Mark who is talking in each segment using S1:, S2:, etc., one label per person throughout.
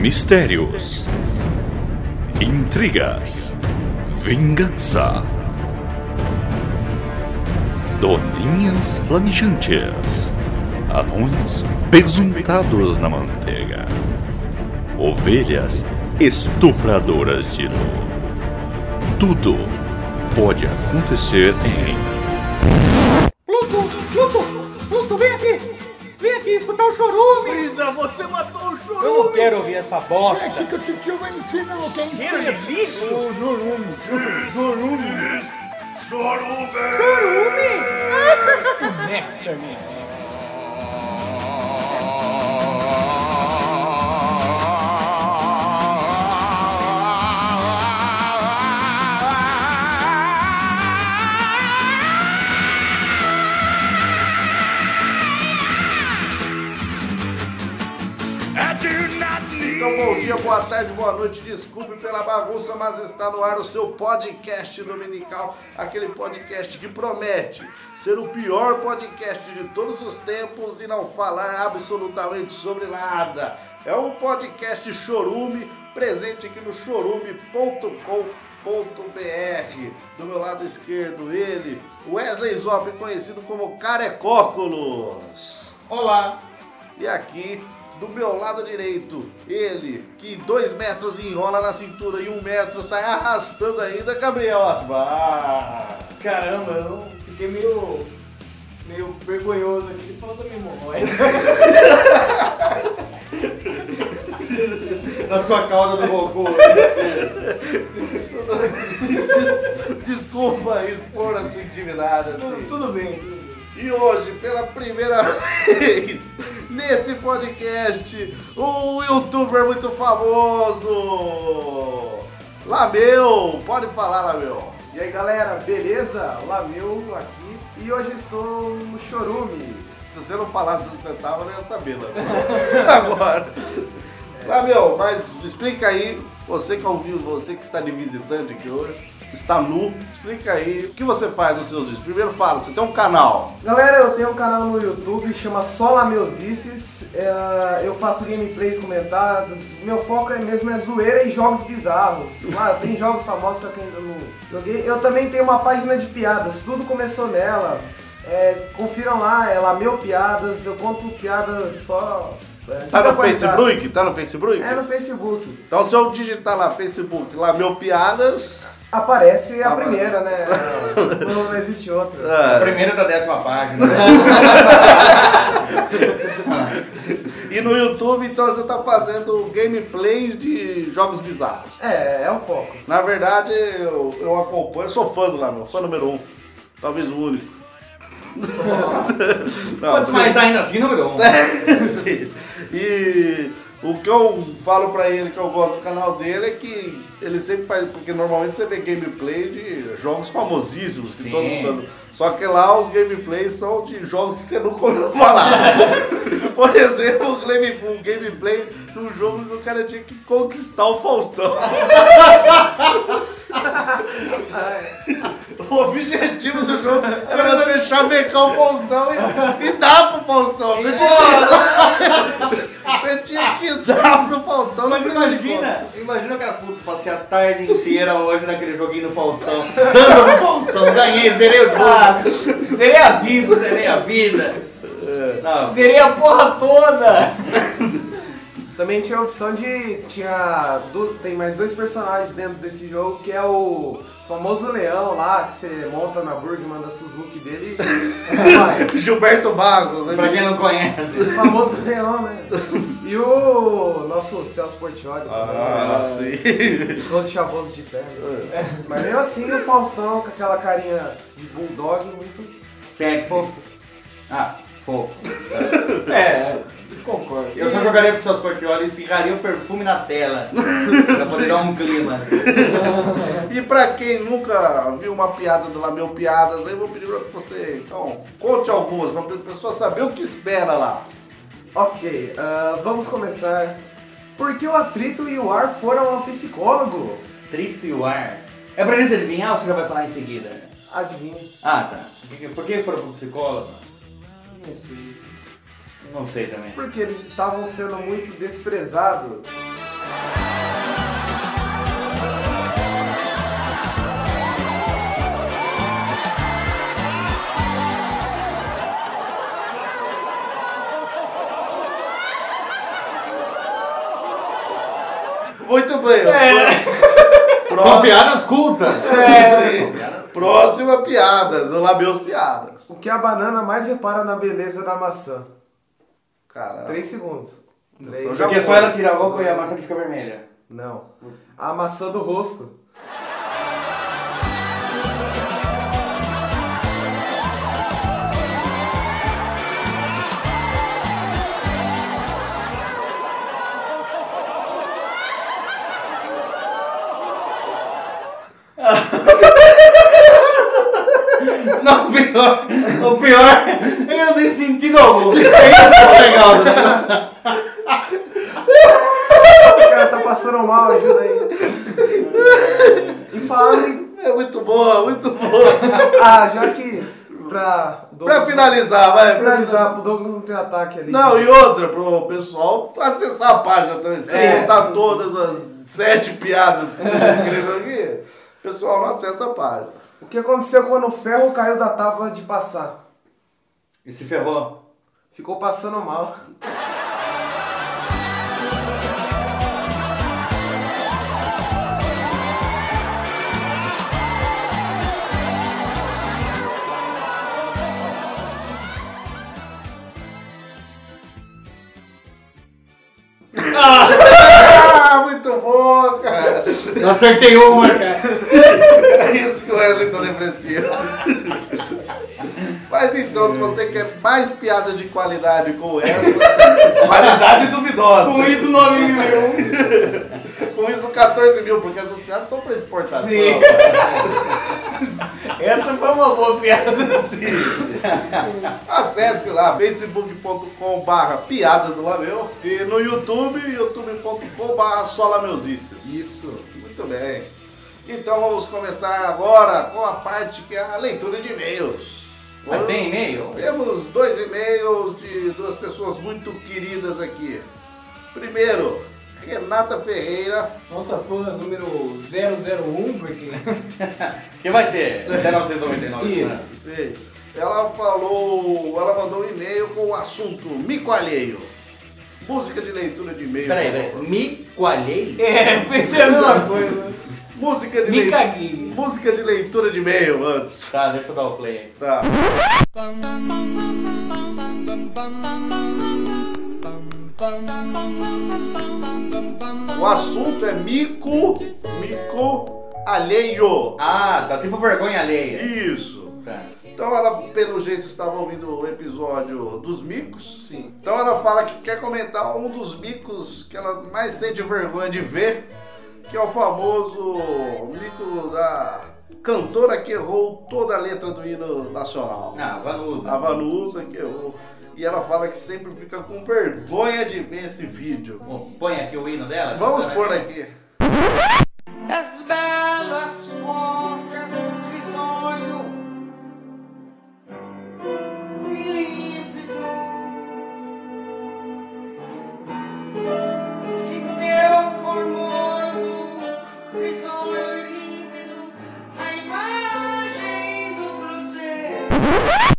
S1: Mistérios, intrigas, vingança, doninhas flamejantes, anões pesuntados na manteiga, ovelhas estupradoras de luz. Tudo pode acontecer em
S2: Pluto, Pluto, Pluto, vem aqui! Vem aqui escutar o chorume!
S3: Brisa, você matou o chorume!
S4: Eu não quero ouvir essa bosta.
S5: é
S6: que o titio vai ensinar o que é
S3: Cheiras lixo!
S2: Chorume!
S5: É.
S4: Nectar, meu.
S3: Então, bom dia, boa tarde, boa noite. Desculpe pela bagunça, mas está no ar o seu podcast dominical. Aquele podcast que promete ser o pior podcast de todos os tempos e não falar absolutamente sobre nada. É o podcast Chorume, presente aqui no chorume.com.br. Do meu lado esquerdo, ele, Wesley Zop, conhecido como Carecóculos.
S4: Olá.
S3: E aqui, do meu lado direito, ele, que dois metros enrola na cintura e um metro sai arrastando ainda, Gabriel Asmar.
S4: Caramba, eu fiquei meio. meio vergonhoso aqui de falar da minha hemorroida.
S3: Na sua cauda do Goku. Des- Desculpa expor a sua intimidade.
S4: tudo,
S3: Assim.
S4: tudo bem, tudo bem.
S3: E hoje, pela primeira vez, nesse podcast, um youtuber muito famoso, Lameu. Pode falar, Lameu.
S7: E aí galera, beleza? Lameu aqui e hoje estou no Chorume.
S3: Se você não falasse onde você tava, eu não ia saber, né? Agora. Ah, meu, mas explica aí, você que ouviu, você que está de visitante aqui hoje, está nu, explica aí o que você faz nos seus dias. Primeiro fala, você tem um canal.
S7: Galera, eu tenho um canal no YouTube, chama Só Lameuzices, É, eu faço gameplays comentadas, meu foco é mesmo é zoeira e jogos bizarros. Claro, tem jogos famosos só que eu ainda não joguei. Eu também tenho uma página de piadas, tudo começou nela. É, confiram lá, é Lameu Piadas, eu conto piadas só... é, de
S3: Tá no
S7: qualidade.
S3: Facebook? Tá no Facebook?
S7: É no Facebook.
S3: Então se eu digitar lá Facebook, lá meu piadas.
S7: Aparece a
S3: Ah,
S7: primeira, né? não, não existe outra.
S3: ah,
S4: Primeira da décima página.
S3: E no YouTube, então você tá fazendo gameplays de jogos bizarros.
S7: É, é o foco.
S3: Na verdade, eu, eu acompanho, eu sou fã do Lameu, fã número um. Talvez o único. Não,
S4: Mas ainda assim, número um.
S3: sim. E o que eu falo pra ele que eu gosto do canal dele é que ele sempre faz, porque normalmente você vê gameplay de jogos famosíssimos que
S4: Sim.
S3: todo mundo. Só que lá os gameplays são de jogos que você nunca ouviu falar. Por exemplo, o game- o gameplay do jogo que o cara tinha que conquistar o Faustão. O objetivo do jogo era você chavecar o Faustão e, e dar pro Faustão. Você tinha, que, você tinha que dar pro Faustão.
S4: Mas
S3: não tinha
S4: imagina, imagina o cara puto, passei a tarde inteira hoje naquele joguinho do Faustão. Dando no Faustão, ganhei, zerei o jogo,
S2: Ah, serei a vida,
S4: zerei a vida. Não,
S2: serei a porra toda!
S7: Também tinha a opção de. Tinha. du- tem mais dois personagens dentro desse jogo, que é o famoso leão lá, que você monta na burger, manda a Suzuki dele e vai.
S3: como. Gilberto Barros. né?
S4: pra quem não conhece.
S7: O famoso leão, né? E o nosso Celso Portioli também,
S3: Ah, sim.
S7: né? todo chavoso de terno. assim.
S3: É.
S7: Mas mesmo assim o Faustão com aquela carinha de bulldog muito
S4: Sexy.
S7: fofo.
S4: Ah, fofo.
S2: É, concordo.
S4: Eu só jogaria com seus portiolhos e espirraria o perfume na tela. pra poder dar um clima.
S3: E pra quem nunca viu uma piada do Lameu Piadas, aí eu vou pedir pra você, então, conte algumas, pra pessoa saber o que espera lá.
S7: Ok, ah, vamos começar. Por que o atrito e o ar foram ao psicólogo?
S4: Trito e o ar. É pra gente adivinhar ou você já vai falar em seguida?
S7: Adivinha.
S4: Ah, tá. Por que- Por que foram pro psicólogo?
S7: Não sei.
S4: Não sei também.
S7: Porque eles estavam sendo muito desprezados.
S3: Muito bem. Pró-
S4: São piadas cultas.
S3: Sim. Próxima piada, do Labios Piadas.
S7: O que a banana mais repara na beleza da maçã?
S3: Caralho.
S7: 3 segundos.
S3: Então
S7: Três.
S3: já
S4: Porque só
S3: foi.
S4: ela tira a roupa e a maçã fica vermelha.
S7: Não. A maçã do rosto.
S4: Não, o pior, o pior, ele não tem sentido algum. É isso que é legal, né?
S7: O cara tá passando mal, ajuda aí. E falando em...
S3: É muito boa, muito boa.
S7: Ah, já que pra...
S3: pra
S7: Douglas-
S3: finalizar, vai.
S7: pra finalizar, pro Douglas não ter ataque ali.
S3: Não, e outra pro pessoal acessar a página também. Se
S7: É,
S3: contar
S7: sim,
S3: todas as sete piadas que você escreveu aqui, o pessoal não acessa a página.
S7: O que aconteceu quando o ferro caiu da tábua de passar?
S4: E se ferrou.
S7: Ficou passando mal.
S3: Ah, muito boa, cara.
S4: Eu acertei uma, cara.
S3: É isso que o Wesley tá depressivo. Mas então, se você quer mais piadas de qualidade com essa, qualidade duvidosa. Com isso, 9 mil. Com isso, 14 mil, porque essas piadas são pra exportação.
S4: Sim. Essa foi uma boa piada.
S3: Acesse lá facebook.com barra piadas do Lameu e no YouTube, youtube.com barra solameusices. Isso. Muito bem. Então vamos começar agora com a parte que é a leitura de e-mails.
S4: Mas Ah, tem e-mail?
S3: Temos dois e-mails de duas pessoas muito queridas aqui. Primeiro, Renata Ferreira.
S2: Nossa fã número 001, porque.
S4: Que vai ter? 1999.
S2: Isso.
S4: né?
S3: não sei, Ela falou, ela mandou um e-mail com o assunto mico alheio. Música de leitura de e-mail.
S4: Peraí,
S3: por
S4: peraí.
S3: favor.
S4: Me coalhei?
S2: É, pensei a mesma coisa.
S3: Música de
S2: Me
S3: leitura.
S2: caguei.
S3: Música de leitura de e-mail antes.
S4: Tá, deixa eu dar o play aí.
S3: Tá. O assunto é mico, mico alheio.
S4: Ah, tá tipo vergonha alheia.
S3: Isso.
S4: Tá.
S3: Então ela, pelo jeito, estava ouvindo o episódio dos micos.
S2: Sim.
S3: Então ela fala que quer comentar um dos micos que ela mais sente vergonha de ver, que é o famoso mico da cantora que errou toda a letra do hino nacional.
S4: Ah, Vanusa.
S3: A Vanusa que errou. E ela fala que sempre fica com vergonha de ver esse vídeo.
S4: Bom, põe aqui o hino dela.
S3: Vamos
S4: Tá, né?
S3: pôr aqui.
S8: as belas moscas de sonho. Lívido. E meu formoso risonho lívido, a imagem do cruzeiro.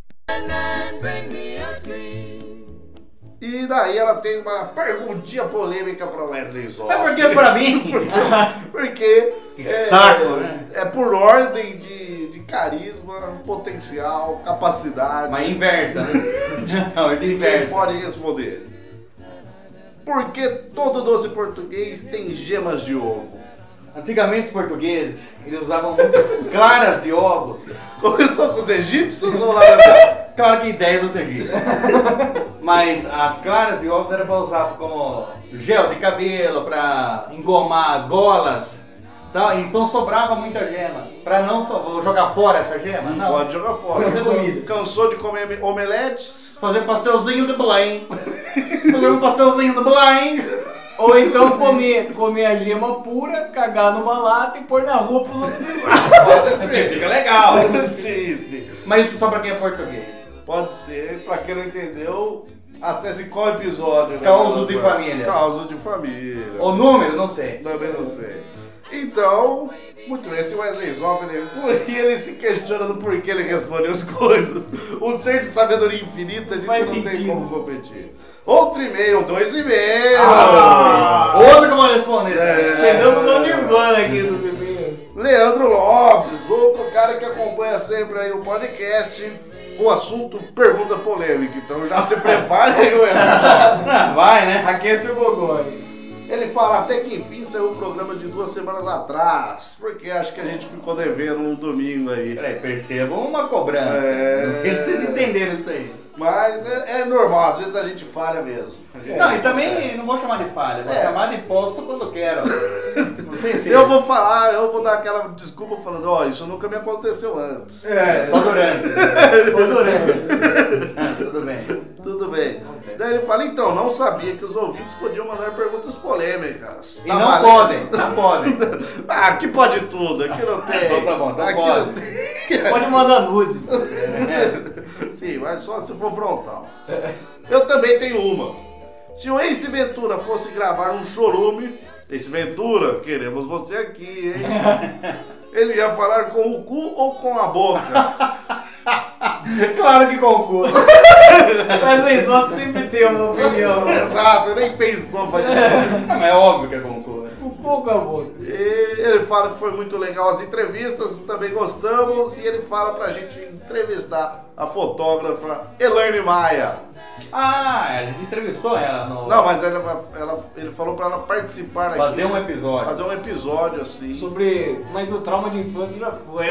S3: E daí ela tem uma perguntinha polêmica para Wesley Zó.
S4: É porque é pra mim.
S3: Porque
S4: Que saco,
S3: é,
S4: né?
S3: é por ordem de, de carisma, potencial, capacidade
S4: Mas inversa, né? Não, é de
S3: de quem
S4: inversa.
S3: pode responder. Por que todo doce português tem gemas de ovo?
S4: Antigamente os portugueses, eles usavam muitas claras de ovos.
S3: Começou com os egípcios ou lá na...
S4: Claro que ideia dos egípcios. Mas as claras de ovos era pra usar como gel de cabelo, pra engomar golas. Tá? Então sobrava muita gema. Pra não vou jogar fora essa gema? Não.
S3: Pode jogar fora.
S4: Fazer comida.
S3: Cansou de comer omeletes?
S4: Fazer pastelzinho de Belém. Fazer um pastelzinho de Belém.
S2: Ou então comer, comer a gema pura, cagar numa lata e pôr na rua pros outros vizinhos.
S3: Pode ser. Fica legal. sim, sim.
S4: Mas isso só pra quem é português.
S3: Pode ser. Pra quem não entendeu, Acesse qual episódio?
S4: Causos de
S3: Leonardo?
S4: família.
S3: Causos de família.
S4: O número, não sei.
S3: Também não sei. Então, muito bem, esse Wesley Zop, ele, por que ele se questiona do porquê ele respondeu as coisas. Um ser de sabedoria infinita, a gente
S5: Faz
S3: não tem
S5: sentido.
S3: como competir. Outro e-mail, dois e-mails.
S5: Ah!
S4: Outro que eu vou responder.
S5: Chegamos ao Nirvana aqui do Pepinho.
S3: Leandro Lopes, outro cara que acompanha sempre aí o podcast. O assunto pergunta polêmica, então já se prepara aí, Wesley.
S4: Vai, né?
S5: Aquece o Gogoni.
S3: Ele fala até que enfim saiu o programa de duas semanas atrás, porque acho que a gente ficou devendo um domingo aí.
S4: Peraí, percebam uma cobrança.
S3: É.
S4: Não sei se vocês entenderam isso aí.
S3: Mas é, é normal, às vezes a gente falha mesmo. A gente
S4: Não, então, e
S3: consegue.
S4: também não vou chamar de falha, vou
S3: É.
S4: chamar de posto quando quero. Não sei se.
S3: Eu vou falar, eu vou dar aquela desculpa falando, ó, isso nunca me aconteceu antes.
S4: É, só durante. Só durante. Ah, Tudo bem.
S3: Tudo bem. Daí ele fala, então, não sabia que os ouvintes podiam mandar perguntas polêmicas.
S4: E
S3: Tá
S4: não
S3: valendo.
S4: podem, não podem.
S3: Ah, aqui pode tudo, aqui não tem.
S4: Então tá bom, então
S3: aqui
S4: pode.
S3: não tem.
S5: Pode mandar nudes.
S4: É.
S3: Sim, mas só se for frontal. Eu também tenho uma. Se o Ace Ventura fosse gravar um chorume, Ace Ventura, queremos você aqui, hein? Ele ia falar com o cu ou com a boca?
S4: Claro que concurso.
S5: Mas o Isop sempre tem
S4: um
S5: uma opinião.
S3: Exato, nem pensou pra isso.
S4: Não, é óbvio que é concurso.
S5: O cu com a boca.
S3: E ele fala que foi muito legal as entrevistas, também gostamos. E ele fala pra gente entrevistar a fotógrafa Elaine Maia.
S4: Ah, a gente entrevistou ela no.
S3: Não, mas ela, ela- ele falou pra ela participar aqui.
S4: fazer um episódio.
S3: fazer um episódio assim.
S5: Sobre. Mas o trauma de infância já foi.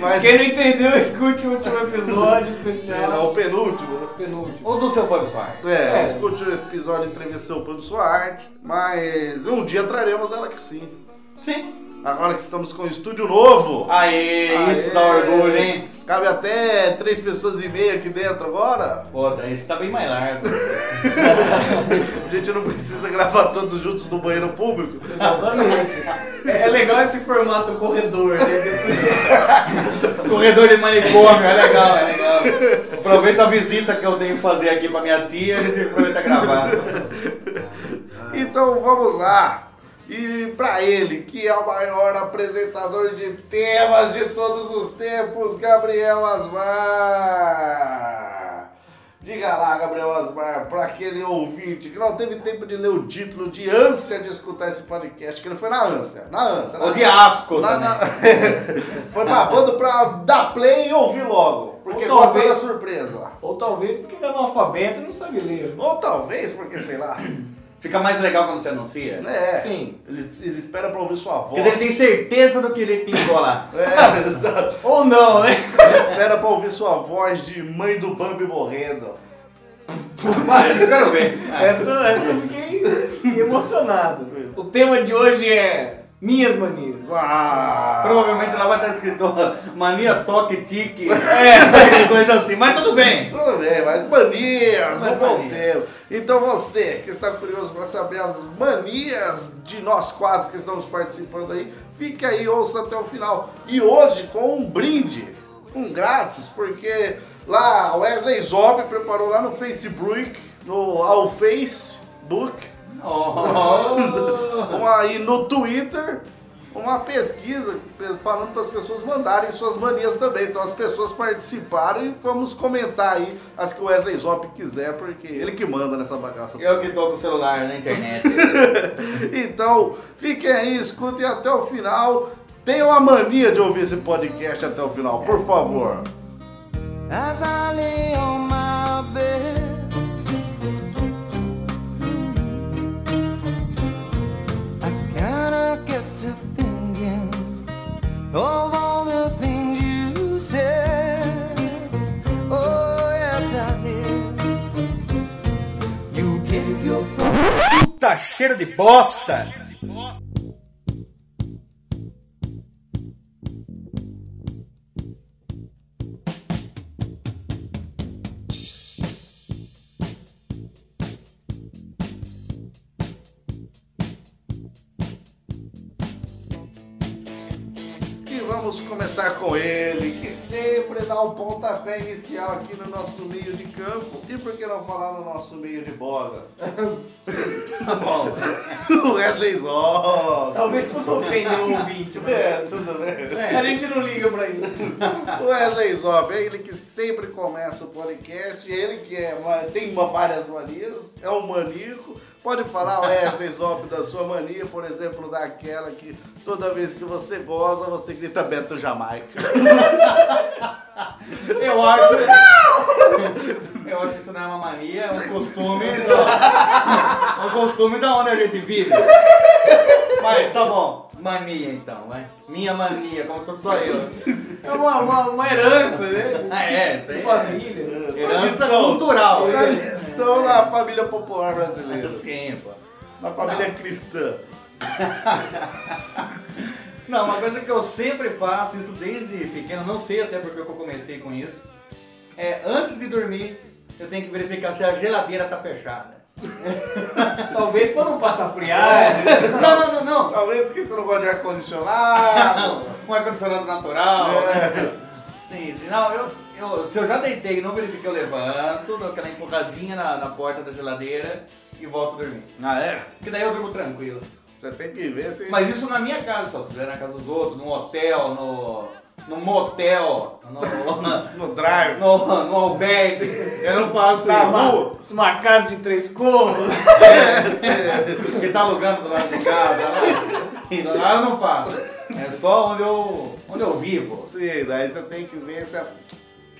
S3: Mas
S5: Quem não entendeu, escute o último episódio
S3: sei lá,
S5: especial.
S3: o penúltimo, né?
S5: Penúltimo.
S4: Ou do seu Bob Sawyer.
S3: É,
S5: É.
S3: escute o episódio de entrevistão pelo sua arte, mas um dia traremos ela que sim.
S4: Sim.
S3: Agora que estamos com o estúdio novo.
S4: Aê, Ah, isso
S3: Aê.
S4: dá orgulho, hein?
S3: Cabe até três pessoas e meia aqui dentro agora.
S4: Pô, isso tá bem mais largo.
S3: A gente não precisa gravar todos juntos no banheiro público.
S5: Exatamente. É legal esse formato corredor, né?
S4: Corredor de manicômio, é legal, é legal. Aproveita a visita que eu tenho que fazer aqui pra minha tia e a gente aproveita gravar.
S3: Então vamos lá. E pra ele, que é o maior apresentador de temas de todos os tempos, Gabriel Asmar. Diga lá, Gabriel Asmar, pra aquele ouvinte que não teve tempo de ler o título de ânsia de escutar esse podcast, que ele foi na ânsia, na ânsia.
S4: O
S3: na-
S4: de asco
S3: na-
S4: também.
S3: na- foi babando pra dar play e ouvir logo, porque
S5: Ou
S3: gosta da
S5: talvez-
S3: surpresa.
S5: Ou talvez porque ele é analfabeto e não sabe ler.
S3: Ou talvez, porque sei lá,
S4: Fica mais legal quando você anuncia.
S3: né?
S5: Sim.
S3: Ele, ele espera pra ouvir sua voz.
S4: Porque ele tem certeza do que ele clicou lá.
S3: É, exato.
S5: Ou não, né?
S3: Espera pra ouvir sua voz de mãe do Bambi morrendo.
S4: Mas eu quero ver.
S5: Essa, essa eu fiquei, fiquei emocionado. O tema de hoje é minhas manias.
S3: Ah,
S4: Provavelmente lá vai estar escrito mania, toque, tique, é, coisa assim. Mas tudo bem.
S3: Tudo bem, mas manias, um
S4: Mas
S3: bom
S4: manias.
S3: tempo. Então você que está curioso pra saber as manias de nós quatro que estamos participando aí, fique aí, ouça até o final. E hoje com um brinde, um grátis, porque lá o Wesley Zob preparou lá no Facebook, no ao Facebook,
S4: Oh.
S3: uma, aí no Twitter uma pesquisa pe- falando para as pessoas mandarem suas manias também. Então as pessoas participaram e vamos comentar aí as que o Wesley Zop quiser, porque ele que manda nessa bagaça.
S4: Eu que tô com o celular na internet.
S3: Então fiquem aí, escutem até o final. Tenham a mania de ouvir esse podcast até o final, por favor.
S9: as I lay on my bed. I kinda get to thinking of all the things you said. Oh, yes, I did. You gave your
S4: Puta cheiro de bosta!
S3: E vamos começar com ele, que sempre dá um pontapé inicial aqui no nosso meio de campo. E por que não falar no nosso meio de bola?
S4: Tá bom.
S3: Wesley Zó.
S5: Talvez por ofender o ouvinte. mas
S3: É, tudo bem.
S5: A gente não liga pra isso.
S3: Wesley Zó, é ele que sempre começa o podcast, ele que é, uma- tem uma- várias manias, é um maníaco. Pode falar, Wesley Zop, da sua mania, por exemplo, daquela que toda vez que você goza, você grita Beto Jamaica.
S4: Eu acho. Eu acho que isso não é uma mania, é um costume. da- É um costume da onde a gente vive. Mas tá bom. Mania então, vai. Minha mania, como se fosse só eu.
S5: É uma, uma, uma herança, né?
S4: Ah, é, isso
S5: De
S4: aí.
S5: família.
S4: é Herança cultural.
S3: Tradição na família popular brasileira,
S4: Sim, pô.
S3: na família cristã.
S4: Não, uma coisa que eu sempre faço, isso desde pequeno, não sei até porque eu comecei com isso, é antes de dormir, eu tenho que verificar se a geladeira tá fechada.
S5: Talvez pra não passar
S3: É.
S5: friagem.
S4: Não, não, não, não!
S3: Talvez porque você não gosta de ar-condicionado.
S4: Um ar-condicionado natural. Sim, sim. Não, eu, eu- se eu já deitei e não verifiquei, eu levanto, dou aquela empurradinha na, na porta da geladeira e volto a dormir.
S3: Ah, é?
S4: Porque daí eu durmo tranquilo.
S3: Você tem que ver se...
S4: Mas isso na minha casa só, se fizer na casa dos outros, num hotel, no. num motel, no,
S3: No drive.
S4: no, no albergue. Eu não faço
S3: Na
S4: isso.
S3: rua.
S5: Uma casa de três cômodos.
S4: Porque tá alugando do lado de casa, lá. Sim, lá eu não faço. É só onde eu, onde eu vivo.
S3: Sim, daí você tem que ver se a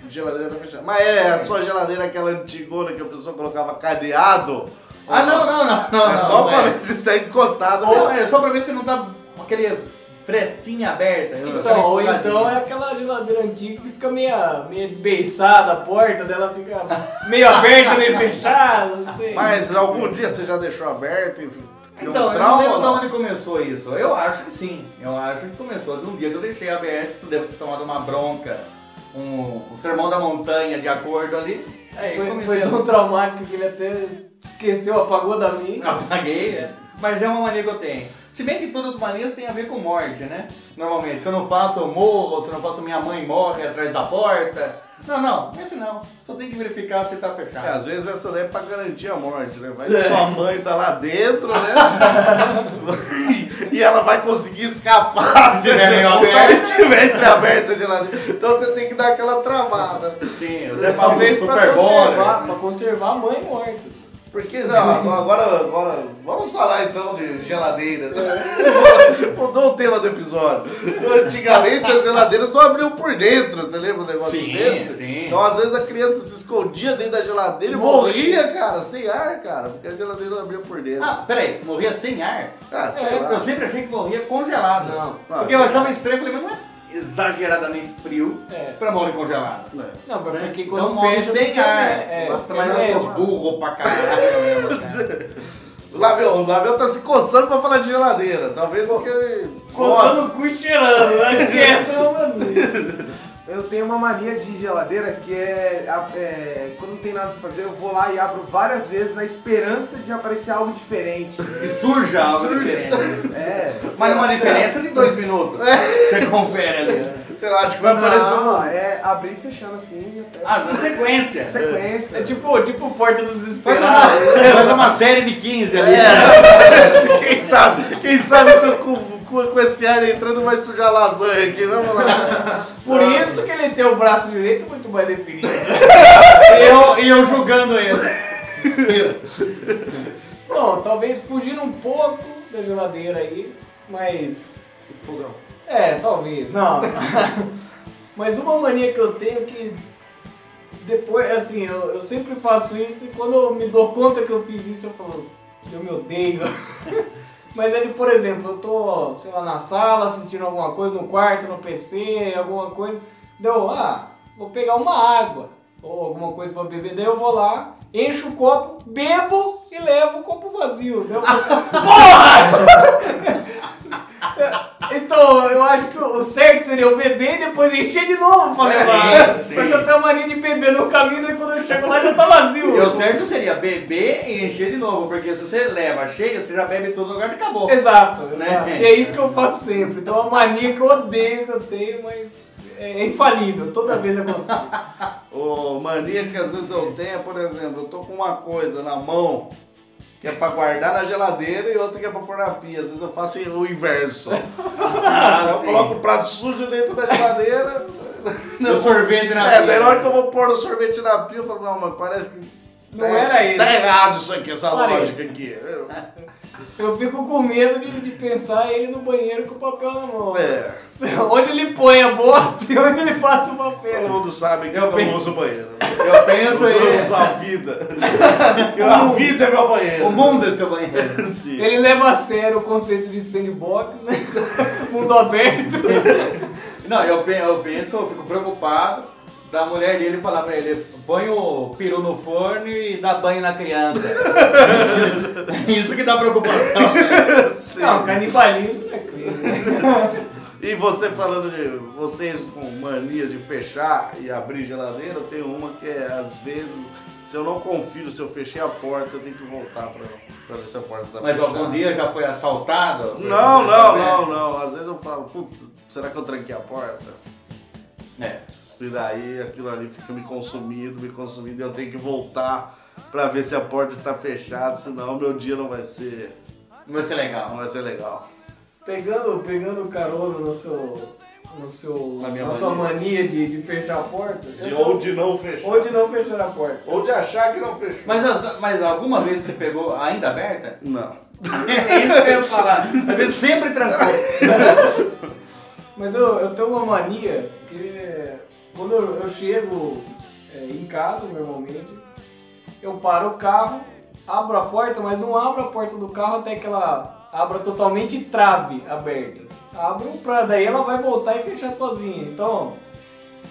S3: geladeira tá fechada. Mas é, a sua geladeira é aquela antigona que a pessoa colocava cadeado.
S4: Ah, não, não, não, não.
S3: é só
S4: não,
S3: pra
S4: é.
S3: ver se tá encostado
S4: Ou
S3: mesmo.
S4: é só pra ver se não tá com aquele frestinha aberta.
S5: Então, ou então é aquela geladeira antiga que fica meia, meia desbeiçada, a porta dela fica meio aberta, meio fechada, não sei.
S3: Mas algum dia você já deixou aberto e deu
S4: Então,
S3: um
S4: eu não
S3: trauma?
S4: lembro de
S3: ou não?
S4: onde começou isso. Eu acho que sim. Eu acho que começou de um dia que eu deixei aberto, devo ter tomado uma bronca, um, um sermão da montanha de acordo ali. Aí
S5: foi,
S4: comecei
S5: foi
S4: a-
S5: tão traumático que ele até esqueceu, apagou da mim.
S4: Apaguei, é. Mas é uma mania que eu tenho. Se bem que todas as manias têm a ver com morte, né? Normalmente, se eu não faço, eu morro. Se eu não faço, minha mãe morre atrás da porta. Não, não, esse não. Só tem que verificar se tá fechado.
S3: É, às vezes essa daí é pra garantir a morte, né? Vai
S4: É.
S3: que sua mãe tá lá dentro, né? e ela vai conseguir escapar se
S4: tiver meio
S3: ela tiver entreaberta a geladeira. Então você tem que dar aquela travada.
S4: Sim, eu
S3: Talvez
S4: faço
S5: Talvez
S4: um
S5: pra
S4: super bom.
S5: conservar, pra conservar a mãe morta.
S3: Porque não, agora, agora vamos falar então de geladeira. né? Mudou o tema do episódio. Antigamente as geladeiras não abriam por dentro, você lembra um negócio
S4: Sim,
S3: desse?
S4: sim.
S3: Então às vezes a criança se escondia dentro da geladeira e morria, cara, sem ar, cara, porque a geladeira não abria por dentro.
S4: Ah, peraí, morria sem ar?
S3: Ah, sei
S4: É,
S3: lá.
S4: Eu sempre achei que morria congelado.
S5: Não.
S4: Porque eu achava estranho, falei, mas não é exageradamente frio
S5: É.
S4: pra morrer congelado.
S3: É.
S5: Né? Não, porque
S4: Então
S5: quando
S4: morre
S5: fecha,
S4: sem
S5: fica,
S4: ar.
S5: né? É,
S4: Nossa,
S5: fica
S4: mas eu
S5: médio.
S4: sou burro pra caralho mesmo, cara.
S3: O Label, o Label tá se coçando pra falar de geladeira. Talvez porque ele gosta.
S5: Coçando o cu e cheirando, né? Porque essa é uma mania.
S7: Eu tenho uma mania de geladeira que é, a- é, Quando não tem nada pra fazer, eu vou lá e abro várias vezes na esperança de aparecer algo diferente.
S4: E surja algo diferente.
S7: É.
S4: Mas uma diferença de dois minutos. Você confere ali.
S3: Sei lá, acho que vai aparecer um- uma.
S7: Não, é abrir e fechando assim, até
S4: um- Ah, na sequência.
S7: sequência.
S5: É tipo, tipo porta dos
S4: Faz
S5: desesperados.
S4: uma, faz uma série de 15 ali. né?
S3: É. Quem sabe, quem sabe com, com, com esse ar entrando vai sujar lasanha aqui, vamos lá.
S5: Por isso que ele tem o braço direito muito mais definido.
S4: E eu, e eu julgando ele.
S5: Bom, talvez fugindo um pouco da geladeira aí, mas. Fogão. É, talvez. Não. mas uma mania que eu tenho é que. Depois, assim, eu, eu sempre faço isso e quando eu me dou conta que eu fiz isso, eu falo, eu me odeio. mas é de, por exemplo, eu tô, sei lá, na sala assistindo alguma coisa, no quarto, no PC, alguma coisa. Deu, ah, vou pegar uma água ou alguma coisa pra beber. Daí eu vou lá, encho o copo, bebo e levo o copo vazio. Daí eu falo, Porra! então, eu acho que o certo seria eu beber e depois encher de novo pra levar.
S4: sim.
S5: Só que eu tenho a mania de beber no caminho e quando eu chego lá já tá vazio.
S4: E o certo seria beber e encher de novo, porque se você leva cheio, você já bebe em todo lugar e acabou.
S5: Exato,
S4: Né?
S5: exato. E é isso que eu faço sempre. Então é uma mania que eu odeio, que eu tenho, mas é infalível. Toda vez acontece.
S3: Ô, mania que às vezes eu tenho, é, por exemplo, eu tô com uma coisa na mão que é pra guardar na geladeira e outra que é pra pôr na pia. Às vezes eu faço o inverso. Então eu
S4: Ah, sim.
S3: coloco o prato sujo dentro da geladeira.
S4: E o sorvete na
S3: é,
S4: pia.
S3: daí na hora que eu vou pôr o sorvete na pia, eu falo, não, mas parece que.
S5: Não era ele.
S3: Tá errado isso aqui, essa
S5: Parece.
S3: lógica aqui.
S5: Eu fico com medo de, de pensar ele no banheiro com o papel na mão.
S3: É,
S5: Onde ele põe a bosta e onde ele passa o
S3: todo
S5: papel.
S3: mundo sabe que
S4: Eu
S3: eu não
S4: penso-
S3: uso banheiro.
S4: Eu penso
S3: Eu
S4: aí.
S3: uso a vida. a vida é meu banheiro.
S4: O mundo é seu banheiro.
S3: Sim.
S5: Ele leva a sério o conceito de sandbox, né? Mundo aberto.
S4: Não, eu, pe- eu penso, eu fico preocupado da mulher dele falar pra ele, põe o peru no forno e dá banho na criança. Isso que dá preocupação.
S5: Não, canibalismo não é crime.
S3: E você falando de vocês com manias de fechar e abrir geladeira, eu tenho uma que é, às vezes, se eu não confio, se eu fechei a porta, eu tenho que voltar pra, pra ver se a porta tá
S4: Mas
S3: fechada.
S4: algum dia já foi assaltado?
S3: Não, não, não, não. Às vezes eu falo, putz, será que eu tranquei a porta?
S4: É.
S3: E daí aquilo ali fica me consumindo, me consumindo, e eu tenho que voltar pra ver se a porta está fechada, senão meu dia não vai ser,
S4: Vai ser
S3: não
S4: legal.
S3: vai ser legal.
S5: Pegando, pegando carona no seu. No seu
S3: Na
S5: na
S3: minha
S5: sua mania de, de fechar a porta.
S3: De,
S5: eu-
S3: ou de não fechar.
S5: ou de não fechar a porta.
S3: Ou de achar que não fechou.
S4: Mas, as- mas alguma vez você pegou ainda aberta?
S3: Não.
S4: É isso que eu ia falar. Às vezes sempre trancou.
S5: Mas eu, eu tenho uma mania que é, quando eu, eu chego é, em casa, normalmente, eu paro o carro, abro a porta, mas não abro a porta do carro até que ela abra totalmente e trave aberta. Abro pra daí ela vai voltar e fechar sozinha. Então,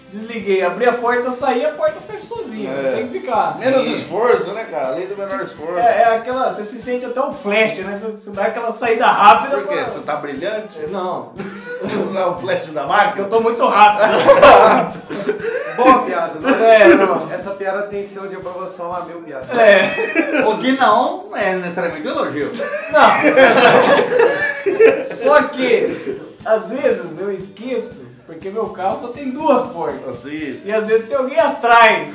S5: desliguei, abri a porta, eu saí, a porta fecha sozinha.
S3: É.
S5: Tem que ficar.
S3: Menos esforço, né, cara? Além do menor esforço.
S5: É, é aquela. Você se sente até um flash, né? Você, você dá aquela saída rápida.
S3: Por quê?
S5: pra-
S3: Você tá brilhante?
S5: Não,
S3: Não é o flash da
S5: porque eu
S3: máquina?
S5: tô muito rápido.
S7: Boa piada. Nossa,
S5: É, não.
S7: Essa piada tem seu de aprovação lá, meu piada.
S5: É.
S4: O que não é necessariamente um elogio.
S5: Não! só que, às vezes eu esqueço, porque meu carro só tem duas portas.
S3: Assim,
S5: E às vezes tem alguém atrás.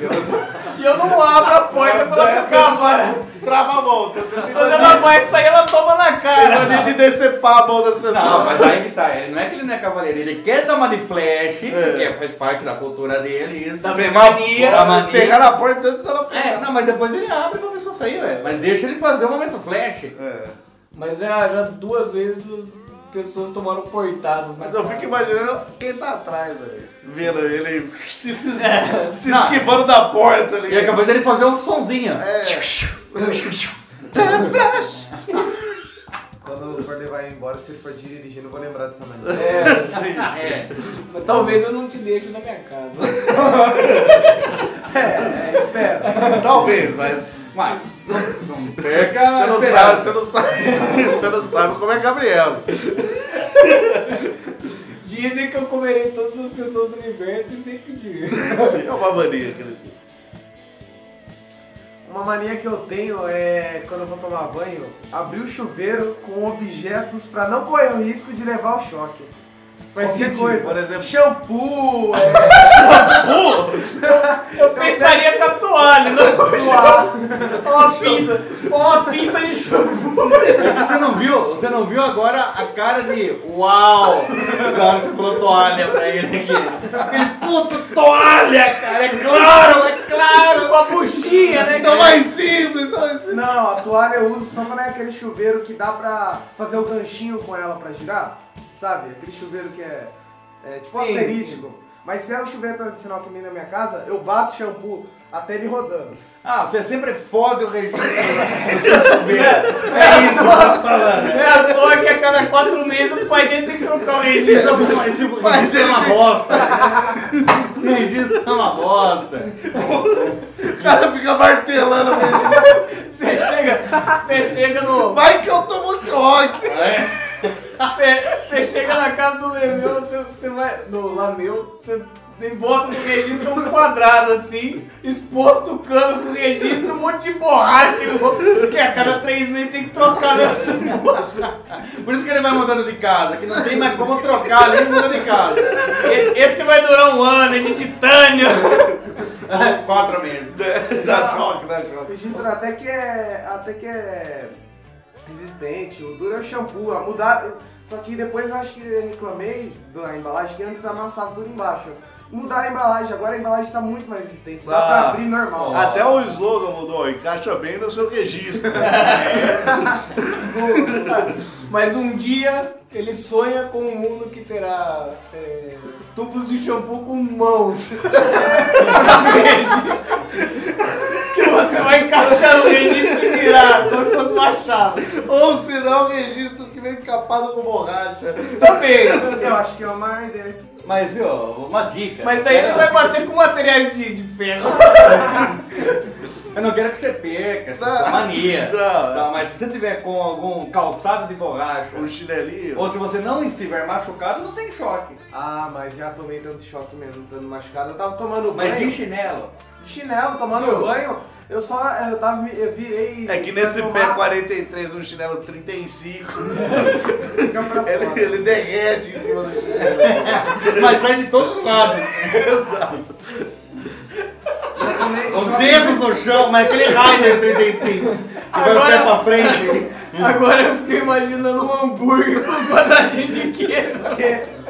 S5: e eu não abro a porta pra
S3: Daí
S5: ela
S3: a
S5: ficar.
S3: pessoa
S5: fora.
S3: Trava a mão. Você tem
S5: Quando ela
S3: mania-
S5: vai sair, ela toma na
S3: tem
S5: cara.
S3: mania de decepar a mão das pessoas.
S4: Não, mas aí que tá. Ele não é que ele não é cavaleiro, ele quer dar uma de flash,
S3: É.
S4: que é- faz parte da cultura dele, isso.
S5: Da mania.
S4: Da mania.
S3: Pegar na porta antes dela
S4: É,
S3: fechar.
S4: não, mas depois ele abre pra pessoa sair, velho. Mas deixa ele fazer o momento flash.
S3: É.
S5: Mas já, já duas vezes as pessoas tomaram portadas. na
S3: Mas eu
S5: cara.
S3: fico imaginando quem tá atrás ali. Vendo ele se, se- se
S4: É. Não.
S3: esquivando da porta ali.
S4: E acabou dele fazer um sonzinho.
S3: É. É flash.
S7: Quando eu for levar ele embora, se ele for dirigindo, eu vou lembrar dessa mania.
S3: É, sim.
S4: É.
S5: Mas talvez eu não te deixe na minha casa.
S7: É, espera.
S3: Talvez, mas
S4: Mas não perca.
S3: você
S4: a
S3: não sabe,
S4: esperança.
S3: você não sabe, você não sabe como é Gabriel.
S5: Dizem que eu comerei todas as pessoas do universo e sem pedir.
S3: Sim, é uma mania que ele tem.
S7: Uma mania que eu tenho é quando eu vou tomar banho, abrir o chuveiro com objetos pra não correr o risco de levar o choque.
S5: Faz
S7: Qualquer
S5: sentido,
S7: coisa.
S3: por exemplo.
S7: Shampoo, é,
S5: Eu pensaria com a toalha, não com
S7: suar.
S5: uma pinça. Com uma pinça de chuva.
S4: Você não viu? Você não viu agora a cara de uau! Agora você falou toalha pra ele aqui. Ele, puto, toalha, cara, é claro, é claro!
S5: Com a buchinha, né?
S3: Então mais simples, mais simples.
S7: Não, a toalha eu uso só quando é aquele chuveiro que dá pra fazer o ganchinho com ela pra girar, sabe? Aquele chuveiro que é, é tipo
S5: Sim,
S7: asterístico. Mas se é o chuveiro tradicional que nem na minha casa, eu bato o shampoo até ele rodando.
S4: Ah,
S3: é
S4: você sempre fode o registro do seu chuveiro. É isso que você tá falando.
S5: É à toa que a cada quatro meses o pai dele tem que trocar o registro.
S4: Esse registro é uma bosta. Esse registro é uma bosta.
S3: O cara fica martelando. né?
S5: Você chega, você chega no.
S3: Vai que eu tomo choque.
S4: É.
S5: Você chega na casa do Lemeu, você você vai. Do Lameu, você tem volta do registro um quadrado assim, exposto o cano com o registro, um monte de borracha, que a cada três meses tem que trocar nessa
S4: Por isso que ele vai mudando de casa, que não tem mais como trocar, ele muda de casa.
S5: E- Esse vai durar um ano, é de titânio.
S4: Quatro meses.
S3: Dá choque, dá choque.
S7: Registro até que é. Até que é resistente. O duro é o shampoo. A mudar. Só que depois eu acho que eu reclamei da embalagem que antes amassava tudo embaixo. Mudaram a embalagem, agora a embalagem tá muito mais resistente. Dá pra
S4: Ah.
S7: abrir normal.
S3: Até o slogan mudou, encaixa bem no seu registro.
S5: Mas um dia ele sonha com um mundo que terá é, tubos de shampoo com mãos. que você vai encaixar no registro e virar, como se fosse uma chave.
S3: Ou serão registros que vem encapado com borracha.
S5: Também.
S7: Eu acho que é uma ideia.
S4: Mas, viu, uma dica.
S5: Mas daí ele
S4: Eu-
S5: vai bater com materiais de, de ferro.
S4: Eu não quero que você perca essa
S3: Não.
S4: mania. Tá,
S3: Não.
S4: mas se você tiver com algum calçado de borracha,
S3: Um chinelinho.
S4: ou se você não estiver machucado, não tem choque.
S7: Ah, mas já tomei tanto choque mesmo, estando machucado. Eu tava tomando banho.
S4: Mas de chinelo.
S7: chinelo, tomando banho. Eu só. Eu tava. me- Eu virei.
S3: É que nesse
S7: pra
S3: pé
S7: tomar,
S3: 43, um chinelo 35,
S7: fica pra fora.
S3: ele, ele derrete em cima do chinelo.
S4: Mas sai de todos os lados.
S7: Eu tomei
S4: Os
S7: choque-
S4: dedos no chão, mas aquele Rider 35. Que vai o pé
S5: Agora-
S4: pra frente.
S5: Agora eu fiquei imaginando um hambúrguer com um quadradinho de queijo.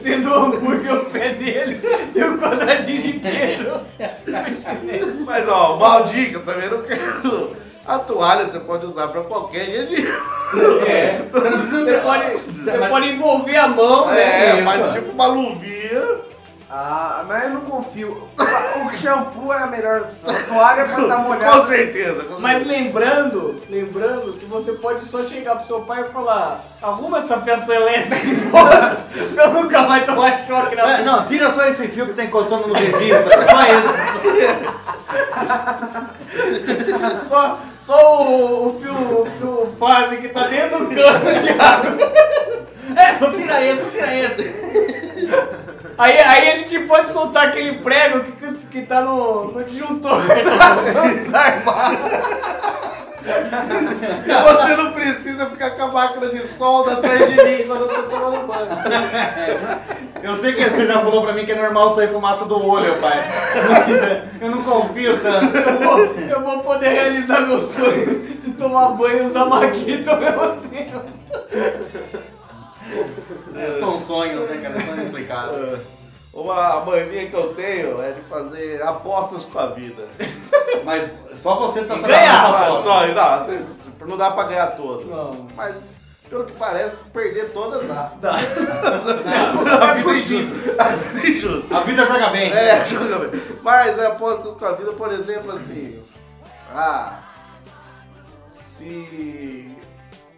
S5: Sendo o hambúrguer o pé dele e o quadradinho de queijo.
S3: Mas ó, mal dica, eu também não quero. A toalha você pode usar pra qualquer registro.
S5: É. Você, pode, você pode envolver a mão, né?
S3: É, mas tipo uma luvinha.
S7: Ah, mas eu não confio. O shampoo é a melhor opção. A toalha pra estar
S3: Com
S7: molhada.
S3: certeza. com
S5: Mas
S3: certeza.
S5: lembrando, lembrando que você pode só chegar pro seu pai e falar arruma essa peça elétrica de bosta pra eu nunca mais tomar choque na
S4: É,
S5: vida.
S4: Não, tira só esse fio que tá encostando no registro. Só esse.
S5: Só, só o, o fio, o fio fase que tá dentro do cano de água.
S4: É, só tira esse, só tira esse.
S5: Aí, aí a gente pode soltar aquele prego que- que, que tá no, no disjuntor. Vamos desarmar.
S3: E você não precisa ficar com a máquina de solda atrás de mim quando eu tô tomando banho.
S4: Eu sei que você já falou pra mim que é normal sair fumaça do olho, pai. Mas eu não confio tanto.
S5: Eu vou, eu vou poder realizar meu sonho de tomar banho e usar maquita ao mesmo tempo.
S4: É, São sonhos, né, cara? São inexplicáveis.
S3: Uma mania que eu tenho é de fazer apostas com a vida.
S4: Mas só você tá
S5: E
S4: sabendo
S5: ganhar,
S4: essa
S3: Só,
S4: aposta.
S3: só, não, às vezes, tipo, não dá pra ganhar todas.
S5: Não.
S3: Mas, pelo que parece, perder todas dá.
S4: A vida é injusta.
S3: Injusto.
S4: A vida joga bem.
S3: É, joga bem. Mas é aposto com a vida, por exemplo, assim. Ah. Se.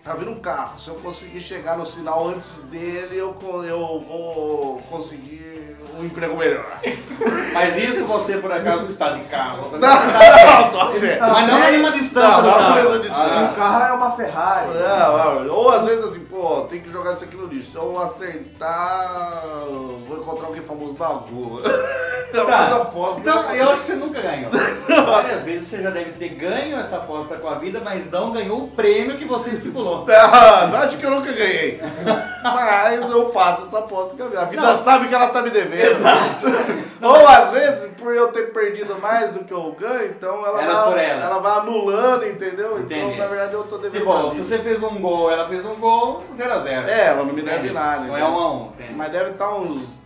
S3: Tá vindo um carro, se eu conseguir chegar no sinal antes dele, eu, co- eu vou conseguir um emprego melhor.
S4: Mas isso você, por acaso, está de
S3: Tá.
S4: carro. Tá.
S3: Não, tô a
S7: Ele
S3: fé.
S7: está-
S4: Mas não na Ah, né? mesma distância
S3: Não,
S4: do
S3: não
S4: carro.
S3: na mesma distância.
S7: O carro é uma Ferrari.
S3: Não, não. Ou às vezes assim, pô, tem que jogar isso aqui no lixo. Se eu acertar, vou encontrar alguém famoso na rua. Eu
S4: Tá.
S3: faço aposta.
S4: Então, eu acho que você nunca ganhou. Várias vezes você já deve ter ganho essa aposta com a vida, mas não ganhou o prêmio que você estipulou.
S3: Ah, Não acho que eu nunca ganhei. Mas eu faço essa aposta que a vida. A vida sabe que ela tá me devendo. Exato. Ou às vezes, por eu ter perdido mais do que eu ganho, então ela,
S4: Elas
S3: vai,
S4: por ela.
S3: vai anulando, entendeu?
S4: Entendi.
S3: Então, na verdade, eu tô devendo. pra
S4: Tipo,
S3: mim.
S4: se você fez um gol, ela fez um gol, 0x0.
S3: É, ela não me deve nada.
S4: Não é
S3: entendeu?
S4: um a um. entende?
S3: Mas deve estar uns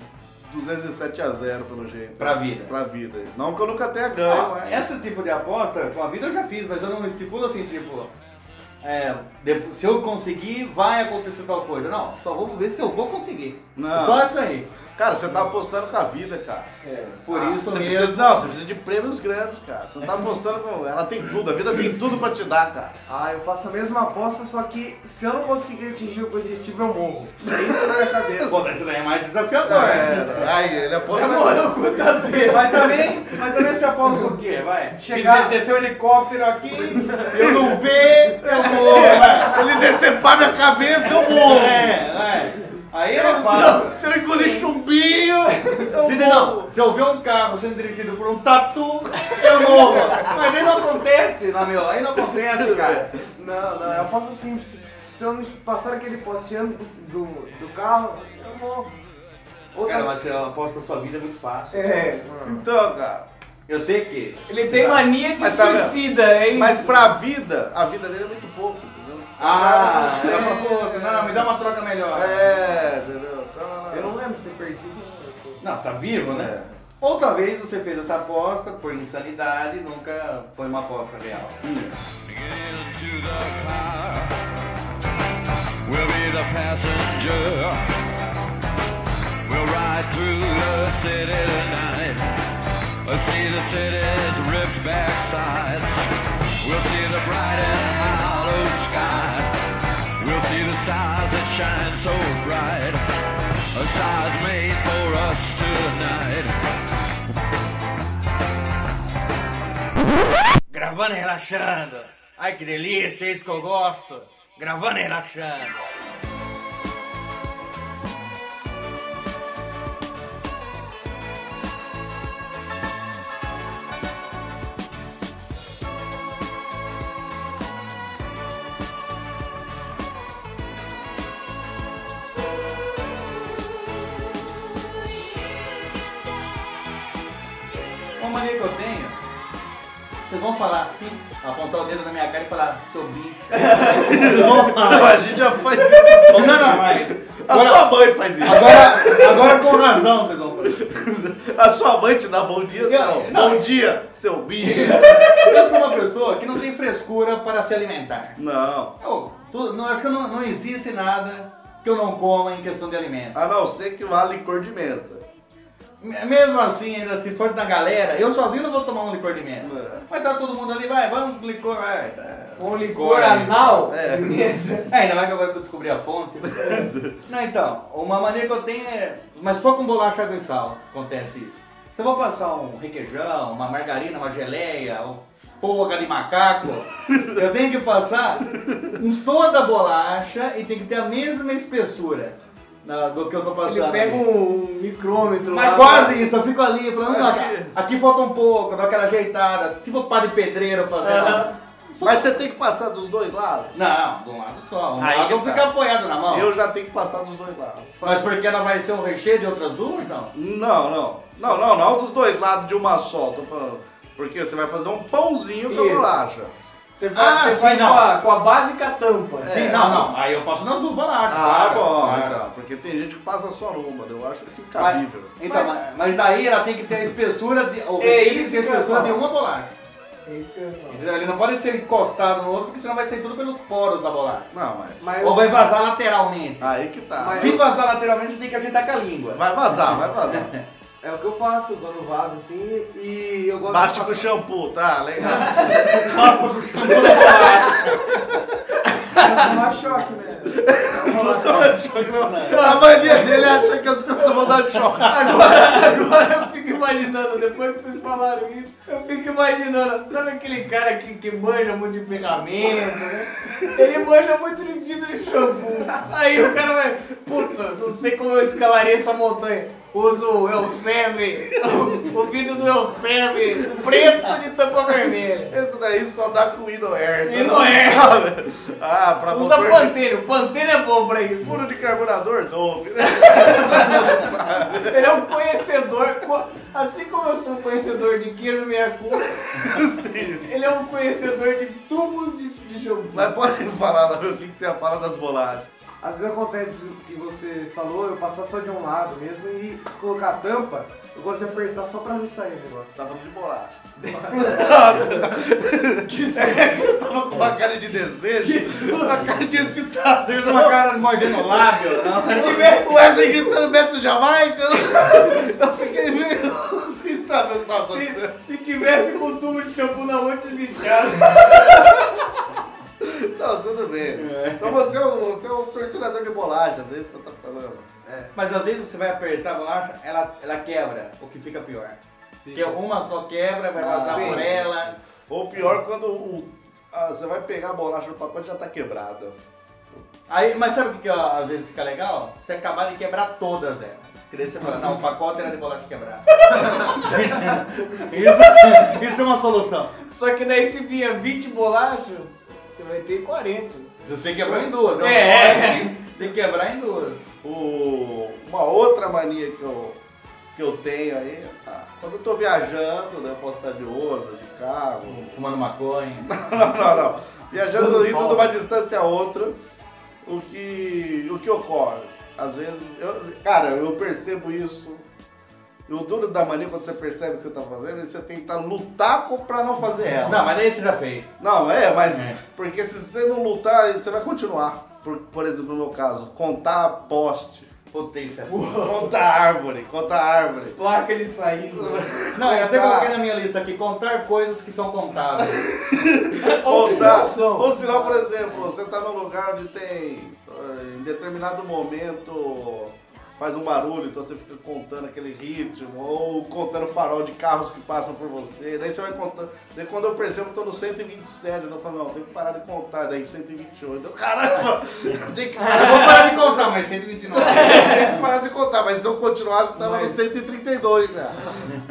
S3: 207 a 0 pelo jeito.
S4: Pra vida.
S3: Pra vida. Não que eu nunca tenha ganho,
S4: Ah,
S3: mas.
S4: esse tipo de aposta, com a vida eu já fiz, mas eu não estipulo assim, tipo, é, depo- se eu conseguir, vai acontecer tal coisa. Não, só vou ver se eu vou conseguir.
S3: Não.
S4: Só isso aí.
S3: Cara, você tá apostando com a vida, cara.
S4: Por
S3: Ah,
S4: isso
S3: você
S4: mesmo.
S3: precisa, Não, você precisa de prêmios grandes, cara. Você tá apostando com. Ela tem tudo, a vida tem tudo pra te dar, cara.
S7: Ah, eu faço a mesma aposta, só que se eu não conseguir atingir o objetivo, eu morro. É isso na minha cabeça.
S4: Pô, isso daí é mais desafiador. né?
S3: É, aí, ele aposta.
S5: Morreu com tantas
S4: Mas também, mas também você aposta o quê? Vai.
S7: Chegar-
S4: Se descer o helicóptero aqui, eu não ver, eu vou. vai.
S3: Ele decepar minha cabeça, eu morro.
S4: É, é. Aí é fácil.
S3: Se, eu- se eu engolir chumbinho, eu
S4: Se, não, se eu ver um carro sendo dirigido por um tatu, eu morro. Mas aí não acontece, na meu, aí não acontece, cara.
S7: Não, não, eu posso assim, se, se eu não passar aquele postinho do, do, do carro, eu vou. Outra-
S4: Cara, mas você aposta sua vida é muito fácil.
S7: É,
S3: Então, cara.
S4: Eu sei que.
S5: Ele tem mania de
S3: Mas tá vendo?
S5: suicida, é isso.
S3: Mas pra vida, a vida dele é muito pouco, entendeu?
S4: Ah, eu falo, pô, não, me dá uma troca melhor.
S3: É, entendeu? Então,
S7: eu não lembro de ter perdido.
S4: Não, você tá vivo, né? Outra vez você fez essa aposta por insanidade, nunca foi uma aposta real.
S9: We'll be the passenger. We'll ride through the city tonight. We'll see the city's ripped back sides. We'll see the bright and hollow sky. We'll see the stars that shine so bright. A stars made for us tonight.
S4: Gravando e relaxando. Ai que delícia, é isso que eu gosto. Gravando e relaxando. Uma mania que eu tenho, vocês vão falar assim, apontar o dedo na minha cara e falar, seu bicho. Vocês vão falar.
S3: a gente já faz isso.
S4: Não, não, mas.
S3: A sua mãe faz isso.
S4: Agora, agora com razão vocês vão falar.
S3: A sua mãe te dá bom dia? Não.
S4: Eu-
S3: Bom dia, seu bicho.
S4: Eu sou uma pessoa que não tem frescura para se alimentar.
S3: Não.
S4: Eu, tu- não, acho que não, não existe nada que eu não coma em questão de alimento.
S3: A não ser que vá licor de menta.
S4: Me- Mesmo assim, ainda se for na galera, eu sozinho não vou tomar um licor de menta.
S3: É.
S4: Mas tá todo mundo ali, vai, vamos pro licor, vai. tá.
S5: Com licor anal.
S3: É.
S4: É, ainda mais que agora que eu descobri a fonte. não, então, uma maneira que eu tenho é. Mas só com bolacha água e sal acontece isso. Se eu vou passar um requeijão, uma margarina, uma geleia, um porra de macaco, eu tenho que passar em toda a bolacha e tem que ter a mesma espessura na- do que eu tô passando.
S5: Ele pega um micrômetro
S4: Mas
S5: lá.
S4: quase isso, eu fico ali falando, não,
S3: né? Acho
S4: aqui,
S3: que-
S4: aqui falta um pouco, dá aquela ajeitada, tipo pá de pedreiro fazendo.
S3: Mas você tem que passar dos dois lados.
S4: Não, de um lado só. Um
S3: Aí
S4: lado
S3: que
S4: eu
S3: tá.
S4: fico apoiado na mão.
S3: Eu já tenho que passar dos dois lados.
S4: Mas porque ela vai ser um recheio de outras duas, não?
S3: Não, não. Não, não, não dos dois lados de uma só, tô falando. Porque você vai fazer um pãozinho com a
S5: Isso.
S3: bolacha.
S5: Você faz,
S4: Ah,
S5: você
S4: sim,
S5: faz
S4: não.
S5: com, a, com a básica tampa. assim.
S4: Sim, não, não. Aí eu passo nas duas bolachas.
S3: Ah,
S4: claro. É.
S3: bom,
S4: Claro.
S3: então. Porque tem gente que passa só numa, eu acho isso
S4: Mas,
S3: incabível.
S4: então, mas, mas daí ela tem que ter a espessura de.
S5: É
S4: O recheio tem que
S5: isso
S4: ter a
S5: que eu ia
S4: espessura de
S5: falar.
S4: uma bolacha.
S5: É isso que eu ia falar.
S4: Entendeu? Ele não pode ser encostado no outro, porque senão vai sair tudo pelos poros da bolacha.
S3: Não, mas.
S7: Mas
S4: Ou vai vazar lateralmente.
S3: Aí que tá.
S4: Se vazar lateralmente, você tem que ajeitar com a língua.
S3: Vai vazar, vai vazar.
S7: é o que eu faço quando vaza assim e eu gosto
S3: Bate
S7: de
S3: com o
S7: passar...
S3: shampoo, tá? Legal.
S7: Não dá choque, né? Não dá choque.
S3: A mania dele é achar que as coisas vão dar choque.
S5: Agora eu fico imaginando, depois que vocês falaram isso, eu fico imaginando, sabe aquele cara que, que manja muito de ferramenta, né? Ele manja muito de vidro de shampoo. Aí o cara vai, puta, não sei como eu escalaria essa montanha. Uso o Elseve, o, o vidro do Elseve, preto de tampa vermelha.
S3: Esse daí só dá com Inoer.
S5: E não é.
S3: Ah, pra
S5: Usa
S3: motor de-
S5: panteiro, panteiro é bom pra isso.
S3: Furo de carburador, né? Dove.
S5: Ele é um conhecedor, co- assim como eu sou um conhecedor de queijo meia culpa, ele é um conhecedor de tubos de, de shampoo.
S3: Mas pode falar, Davi, o que que você fala das bolachas?
S7: Às vezes acontece o que você falou, eu passar só de um lado mesmo e colocar a tampa, eu gosto de apertar só pra não sair o negócio.
S3: Você tá falando de bolacha. é que você tava com uma cara de desejo, uma cara de
S4: Você
S3: excitação.
S4: usa uma cara mordendo o lábio. Não, se
S3: O Wesley gritando Beto Jamaica, eu- eu fiquei meio sem saber o que tava acontecendo.
S5: Se, se tivesse com tubo de shampoo na mão, deslixado.
S3: Não, tudo bem. Então você é, um, você é um torturador de bolachas, é isso que você tá falando.
S5: É.
S4: Mas às vezes você vai apertar a bolacha, ela, ela quebra, o que fica pior. Porque uma só quebra, vai vazar
S3: sim.
S4: por ela.
S3: Ou pior, quando o- ah, você vai pegar a bolacha no pacote e já tá quebrada.
S4: Aí, mas sabe o que, que ó, às vezes fica legal? Você acabar de quebrar todas elas. Porque daí você fala, não, o pacote era de bolacha quebrada. isso, isso é uma solução.
S5: Só que daí se vinha 20 bolachas, você vai ter 40.
S4: Se você quebrou em duas, não
S5: É.
S4: pode de quebrar em duas.
S3: O- uma outra mania que eu, que eu tenho aí, ah, quando eu tô viajando, né, eu posso estar de ônibus, de carro,
S4: Fumando maconha.
S3: não, não, não. Viajando do Rio de
S5: Paulo.
S3: uma distância a outra, o que, o que ocorre? Às vezes, eu- cara, eu percebo isso. E o duro da mania, quando você percebe o que você tá fazendo, é você tentar lutar co- pra não fazer ela.
S4: Não, mas daí você já fez.
S3: Não, é, mas.
S4: É.
S3: Porque se você não lutar, você vai continuar. Por, por exemplo, no meu caso, contar poste,
S4: Puta, isso é
S3: contar árvore, contar árvore.
S5: Placa de saída.
S4: Não, eu até
S3: Contar-
S4: coloquei na minha lista aqui, contar coisas que são contáveis.
S5: Ou
S3: Ou, tá,
S5: opção.
S3: ou se não, por exemplo, você tá num lugar onde tem, ah, em determinado momento, faz um barulho, então você fica contando aquele ritmo, ou contando o farol de carros que passam por você, daí você vai contando. Daí quando eu percebo, eu tô no 127, daí eu falo, não, tem que parar de contar, daí 128, eu, caramba, tem que
S4: Eu
S3: parar,
S4: vou parar de contar, mas 129.
S3: tem que parar de contar, mas se eu continuasse, tava
S5: Mas-
S3: no 132 já.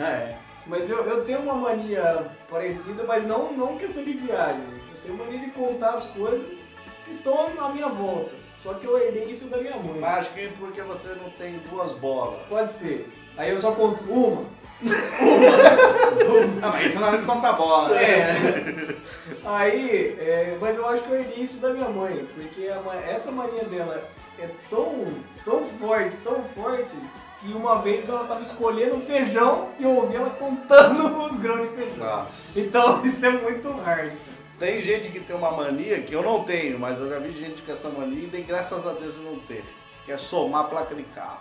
S4: É.
S5: Mas eu, eu tenho uma mania parecida, mas não, não questão de viagem. Eu tenho mania de contar as coisas que estão à minha volta. Só que eu herdei isso da minha mãe.
S3: Mas acho que é porque você não tem duas bolas.
S5: Pode ser. Aí eu só conto uma.
S4: Não, mas isso não é de contar bola. né?
S5: É. Aí, é, mas eu acho que eu herdei isso da minha mãe, porque a ma- essa mania dela é tão, tão forte, tão forte, que uma vez ela tava escolhendo feijão e eu ouvi ela contando os grãos de feijão. Então isso é muito hard.
S3: Tem gente que tem uma mania que eu não tenho, mas eu já vi gente com essa mania e daí, graças a Deus eu não tenho. Que é somar a placa de carro.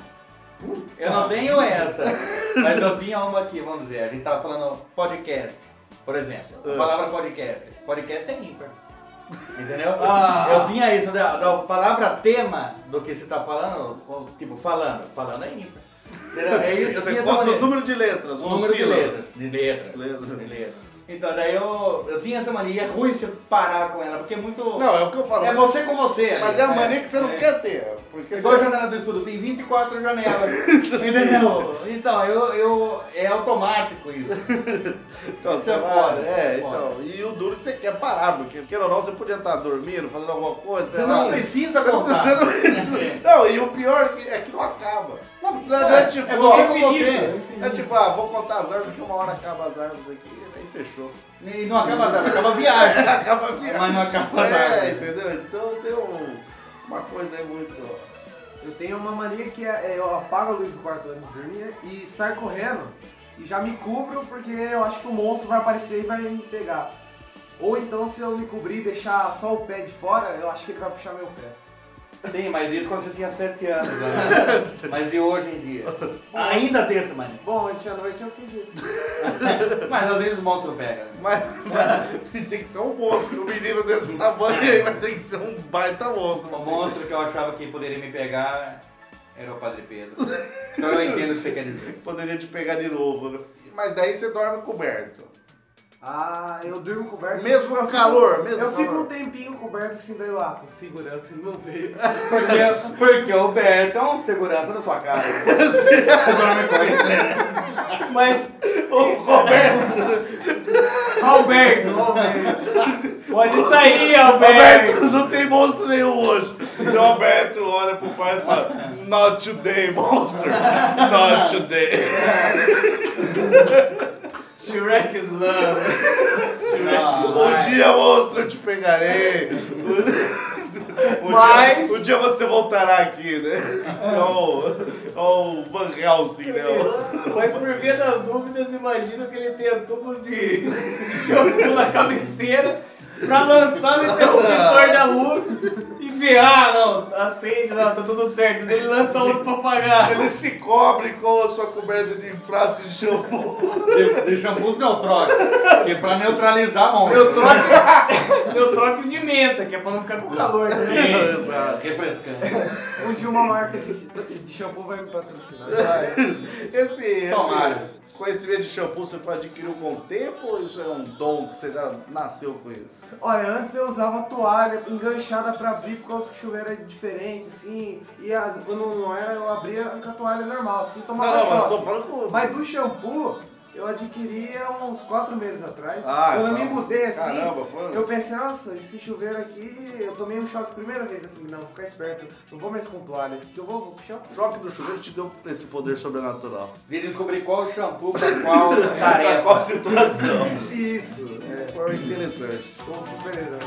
S4: Eu
S3: Tá.
S4: não tenho essa, mas eu tinha uma aqui, vamos dizer. A gente tava falando podcast, por exemplo.
S3: Ah.
S4: A palavra podcast. Podcast é ímpar. Entendeu?
S5: Ah.
S4: Eu tinha isso da, da palavra tema do que você tá falando, ou, tipo, falando. Falando é ímpar. Entendeu? É isso, eu
S3: Você
S4: tinha essa
S3: conta o
S4: maneira.
S3: número de letras, um
S4: O número de
S3: sílabas.
S4: letras. De letra.
S3: Letra.
S4: De letra. Então, daí eu, eu tinha essa mania, é ruim você parar com ela, porque é muito.
S3: Não, é o que eu falo.
S4: é você com você. ali,
S3: mas é a
S4: né?
S3: mania que você não
S4: É.
S3: quer ter. Porque
S4: É Igual a
S3: você...
S4: janela do estudo, tem 24 janelas. entendeu? Então, eu, eu, é automático isso.
S3: Então,
S4: Isso
S3: você
S4: é
S3: vai,
S4: foda,
S3: é,
S4: é foda.
S3: então. E o duro que você quer parar, porque queira ou não, você podia estar dormindo, fazendo alguma coisa.
S4: Você
S3: sei
S4: não
S3: lá.
S4: precisa
S3: Você não,
S4: contar.
S3: você não, não, e o pior é que- é que não acaba. Não, não é tipo,
S4: é você com
S5: infinito.
S4: você.
S3: é tipo, ah, vou contar as árvores que uma hora acaba as árvores aqui, aí fechou.
S4: E não acaba as acaba a viagem.
S3: acaba a viagem.
S4: Mas não acaba as
S3: É,
S4: árvores.
S3: entendeu? Então tem um- uma coisa aí muito.
S7: Eu tenho uma mania que é, é, eu apago a luz do quarto antes de dormir e saio correndo e já me cubro porque eu acho que o monstro vai aparecer e vai me pegar. Ou então se eu me cobrir e deixar só o pé de fora, eu acho que ele vai puxar meu pé.
S4: Sim, mas isso quando você tinha 7 anos. né? mas e hoje em dia? Ainda tem essa mania.
S7: Bom, ontem à noite eu fiz isso.
S4: Mas às vezes o monstro pega. né?
S3: Mas, mas tem que ser um monstro. Um menino desse tamanho aí vai ter que ser um baita monstro.
S4: O monstro que eu achava que poderia me pegar era o Padre Pedro. Então eu entendo o que você quer dizer.
S3: Poderia te pegar de novo, né? Mas daí você dorme coberto.
S7: Ah, eu durmo coberto.
S3: Mesmo
S7: Eu fico-
S3: calor, mesmo
S7: Eu fico
S3: calor.
S7: um tempinho coberto assim, daí eu ato, segurança não veio.
S4: Porque, porque o Beto é um segurança da sua casa. Você dorme com ele, né?
S5: Mas,
S4: Alberto!
S5: pode sair, Alberto!
S3: Alberto, É, então não tem monstro nenhum hoje. Então o Alberto olha pro pai e fala: Not today, monster. Not today.
S5: Shrek is love.
S3: Um dia, monstro, eu te pegarei. Um
S5: Mas-
S3: Dia, um dia você voltará aqui, né? Olha o Van Helsing, né?
S5: Mas por via das dúvidas, imagino que ele tenha tubos de, de shampoo na cabeceira pra lançar no interruptor da luz e ver, ah, não, não, acende, não, tá tudo certo. Ele lança outro pra pagar.
S3: Ele se cobre com a sua coberta de frasco de shampoo.
S4: De, de shampoos Neutrox. Que é pra neutralizar a né? monstro.
S5: Eu troco de menta, que é pra não ficar com calor né? também.
S3: Exato.
S4: Refrescante.
S7: Um dia uma marca de, de shampoo vai me patrocinar.
S3: assim, Esse,
S4: Tomara.
S3: esse conhecimento de shampoo você adquiriu com o tempo ou isso é um dom que você já nasceu com isso?
S7: Olha, antes eu usava toalha enganchada pra abrir por causa que o chuveiro era diferente, assim. E as- quando não era, eu abria com a toalha normal, assim,
S3: Não,
S7: tomava
S3: não, mas
S7: choque.
S3: tô falando com.
S7: Mas do shampoo, eu adquiri há uns 4 meses atrás.
S3: Ah,
S7: Quando
S3: então.
S7: eu me mudei assim,
S3: Caramba, foi-
S7: eu pensei, nossa, esse chuveiro aqui, eu tomei um choque a primeira vez. Eu falei, não, vou ficar esperto, não vou mais com toalha, que eu vou, vou com shampoo.
S3: choque do chuveiro te deu esse poder sobrenatural.
S4: De descobrir qual shampoo pra qual tarefa.
S3: Qual a situação?
S7: Isso, é,
S3: Foi interessante.
S7: sou um super-herói.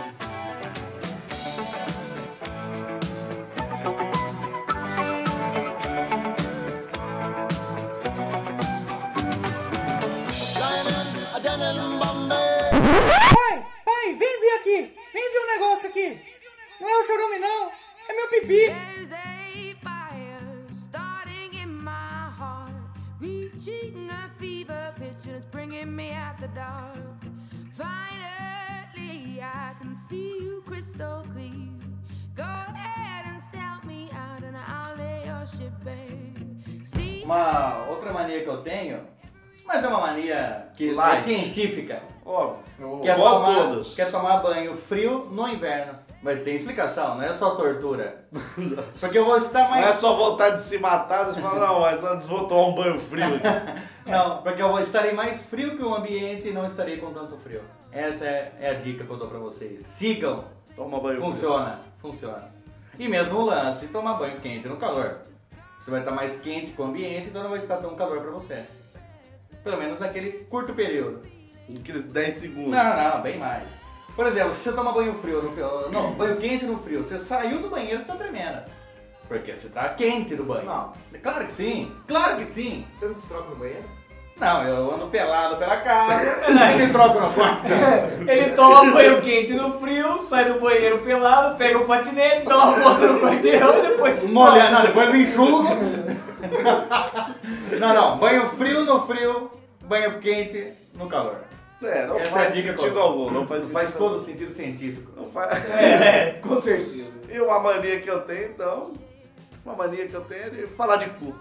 S2: Pai, pai, vem ver aqui. Vem ver um negócio aqui. Não é o chorume, não. É meu pipi.
S8: There's a fire starting in my heart, reaching a fever pitch, and it's bringing me out the dark. Finally, I can see you crystal clear. Go ahead and sell me out, and I'll lay your ship bare. See
S4: Uma outra mania que eu tenho, mas é uma mania que é
S3: Light.
S4: científica.
S3: Ó,
S4: Que é,
S3: igual
S4: tomar,
S3: todos.
S4: que é tomar banho frio no inverno. Mas tem explicação, não é só tortura. Porque eu vou estar
S3: Não é
S4: mais.
S3: só vontade de se matar, você fala, não, mas antes vou tomar um banho frio.
S4: Não, porque eu vou estarei mais frio que o ambiente e não estarei com tanto frio. Essa é, é a dica que eu dou pra vocês. Sigam.
S3: Toma banho
S4: Funciona, funciona. E mesmo o lance, tomar banho quente no calor. Você vai estar mais quente com o ambiente, então não vai estar tão calor pra você. Pelo menos naquele curto período.
S3: frio. Aqueles 10 segundos.
S4: Não, não, bem mais. Por exemplo, se você toma banho frio no frio. Não, banho quente no frio. Você saiu do banheiro, você tá tremendo. Porque você tá quente do banho.
S7: Não.
S4: É Claro que sim, claro que sim.
S7: Você não se troca no banheiro?
S4: Não, eu ando pelado pela casa, aí me troco no quarto.
S5: É, Ele toma banho quente no frio, sai do banheiro pelado, pega o patinete, dá uma volta no quarteirão e depois se
S4: Molha, não, depois me enxugo. não, não, banho frio no frio, banho quente no calor.
S3: É, não
S4: Essa é
S3: faz
S4: a dica,
S3: sentido
S4: pô.
S3: algum. Não faz,
S4: Faz
S3: sentido
S4: todo sentido científico.
S3: Não faz...
S5: É, com certeza.
S3: E uma mania que eu tenho, então. Uma mania que eu tenho é de falar de cu.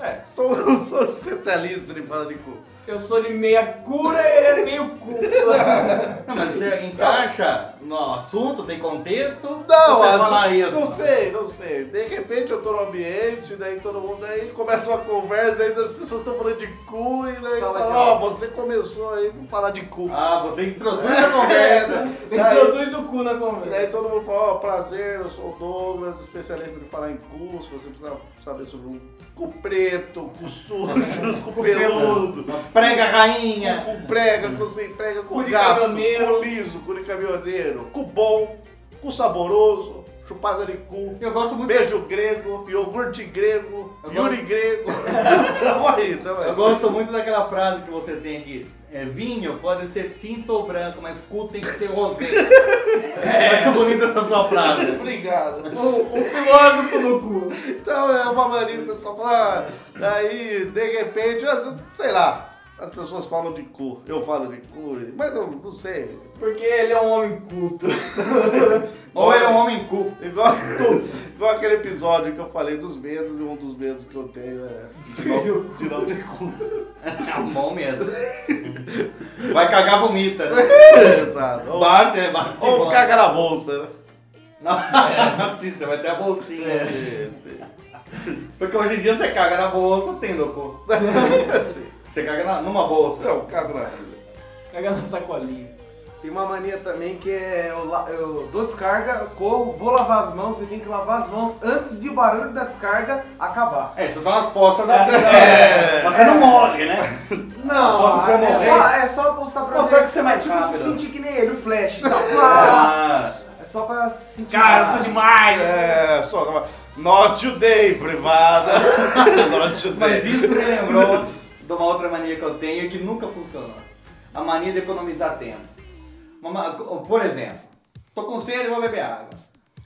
S3: É, sou, eu sou especialista em falar de cu.
S5: Eu sou de meia cura e ele é meio cura.
S4: Não, mas você encaixa no assunto, tem contexto.
S3: Não,
S4: você
S3: as-
S4: fala isso. né?
S3: não sei, não sei. De repente eu tô no ambiente, daí todo mundo aí começa uma conversa, daí as pessoas estão falando de cu, e daí
S7: Sala
S3: fala,
S7: de
S3: ó,
S7: aula.
S3: você começou aí por falar de cu.
S4: Ah, você introduz a conversa.
S5: Você
S3: Daí-
S5: introduz o cu na
S3: E Daí
S5: conversa.
S3: todo mundo fala, ó, prazer, eu sou o Douglas, especialista em falar em cu, se você precisa saber sobre um cu preto, cu sujo, cu peludo,
S4: Prega a rainha.
S3: cu prega, cu sem prega, cu,
S5: Cu de
S3: gasto,
S5: caminhoneiro.
S3: cu liso, cu de caminhoneiro, cu bom, cu saboroso, chupada de cu,
S4: Eu gosto muito.
S3: beijo grego, iogurte grego,
S4: Eu
S3: yuri grego. tamo aí, tamo aí.
S4: Eu gosto muito daquela frase que você tem aqui. É, vinho pode ser tinto ou branco, mas cu tem que ser rosé. É. Eu Acho bonita essa sua frase.
S3: Obrigado.
S5: O filósofo no cu.
S3: Então é uma mania que o pessoal fala, ah, daí de repente, as- sei lá, as pessoas falam de cu, eu falo de cu, mas eu não sei.
S5: Porque ele é um homem culto.
S4: Ou ele é um homem cu.
S3: Igual, igual aquele episódio que eu falei dos medos, e um dos medos que eu tenho é de não, de não ter cu.
S4: É um bom medo. Vai cagar, vomita. né?
S3: Exato. Ou,
S4: Bate, é, bate. e
S3: ou
S4: volta.
S3: caga na bolsa, né?
S4: Não, sim, você vai ter a bolsinha.
S3: É.
S4: Porque hoje em dia você caga na bolsa, tem no cu. Você caga na- numa bolsa.
S3: Não, cago na vida.
S5: Pega na sacolinha.
S7: Tem uma mania também que é eu, la- eu dou descarga, eu corro, vou lavar as mãos, você tem que lavar as mãos antes de o barulho da descarga acabar.
S4: É, essas são as postas da. É, você não morre, né?
S7: Não,
S4: Posso ser
S7: é,
S4: morrer?
S7: só, é só postar pra
S4: Mostrar
S7: ver-
S4: que você é mais
S7: tipo,
S5: um
S7: se
S4: rápido.
S7: sentir que nem ele, o flash. Só pra, é só
S4: Ah,
S7: pra se sentir.
S5: Cara, eu sou demais.
S3: É, só. Not today, privada. Not today.
S4: mas isso me lembrou de uma outra mania que eu tenho que nunca funcionou. A mania de economizar tempo. Uma ma- Por exemplo, tô com sede e vou beber água.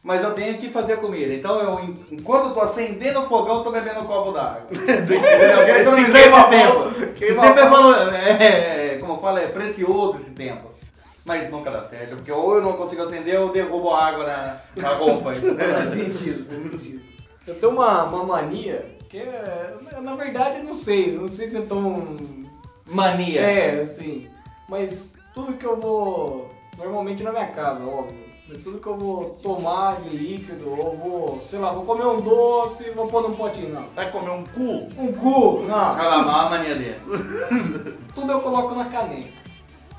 S4: mas eu tenho que fazer a comida. Então, eu, en- enquanto eu tô acendendo o fogão, eu tô bebendo um copo d'água. Eu quero economizar
S3: Queima a
S4: esse
S3: mão,
S4: tempo. Esse
S3: queima
S4: tempo
S3: a
S4: é,
S3: mão.
S4: valo- é, como fala, é precioso esse tempo. Mas nunca dá certo, porque ou eu não consigo acender ou eu derrubo a água na, na roupa.
S7: Faz sentido, faz sentido.
S5: Eu tenho uma, uma mania que é. Na verdade, eu não sei. Não sei se é tão.
S4: Mania.
S5: É, assim. Mas tudo que eu vou. Normalmente na minha casa, óbvio. Mas tudo que eu vou tomar de líquido, ou vou. Sei lá, vou comer um doce e vou pôr num potinho, não.
S3: Vai comer um cu?
S5: Um cu, não.
S4: Olha lá, a mania dele.
S5: Tudo eu coloco na caneca.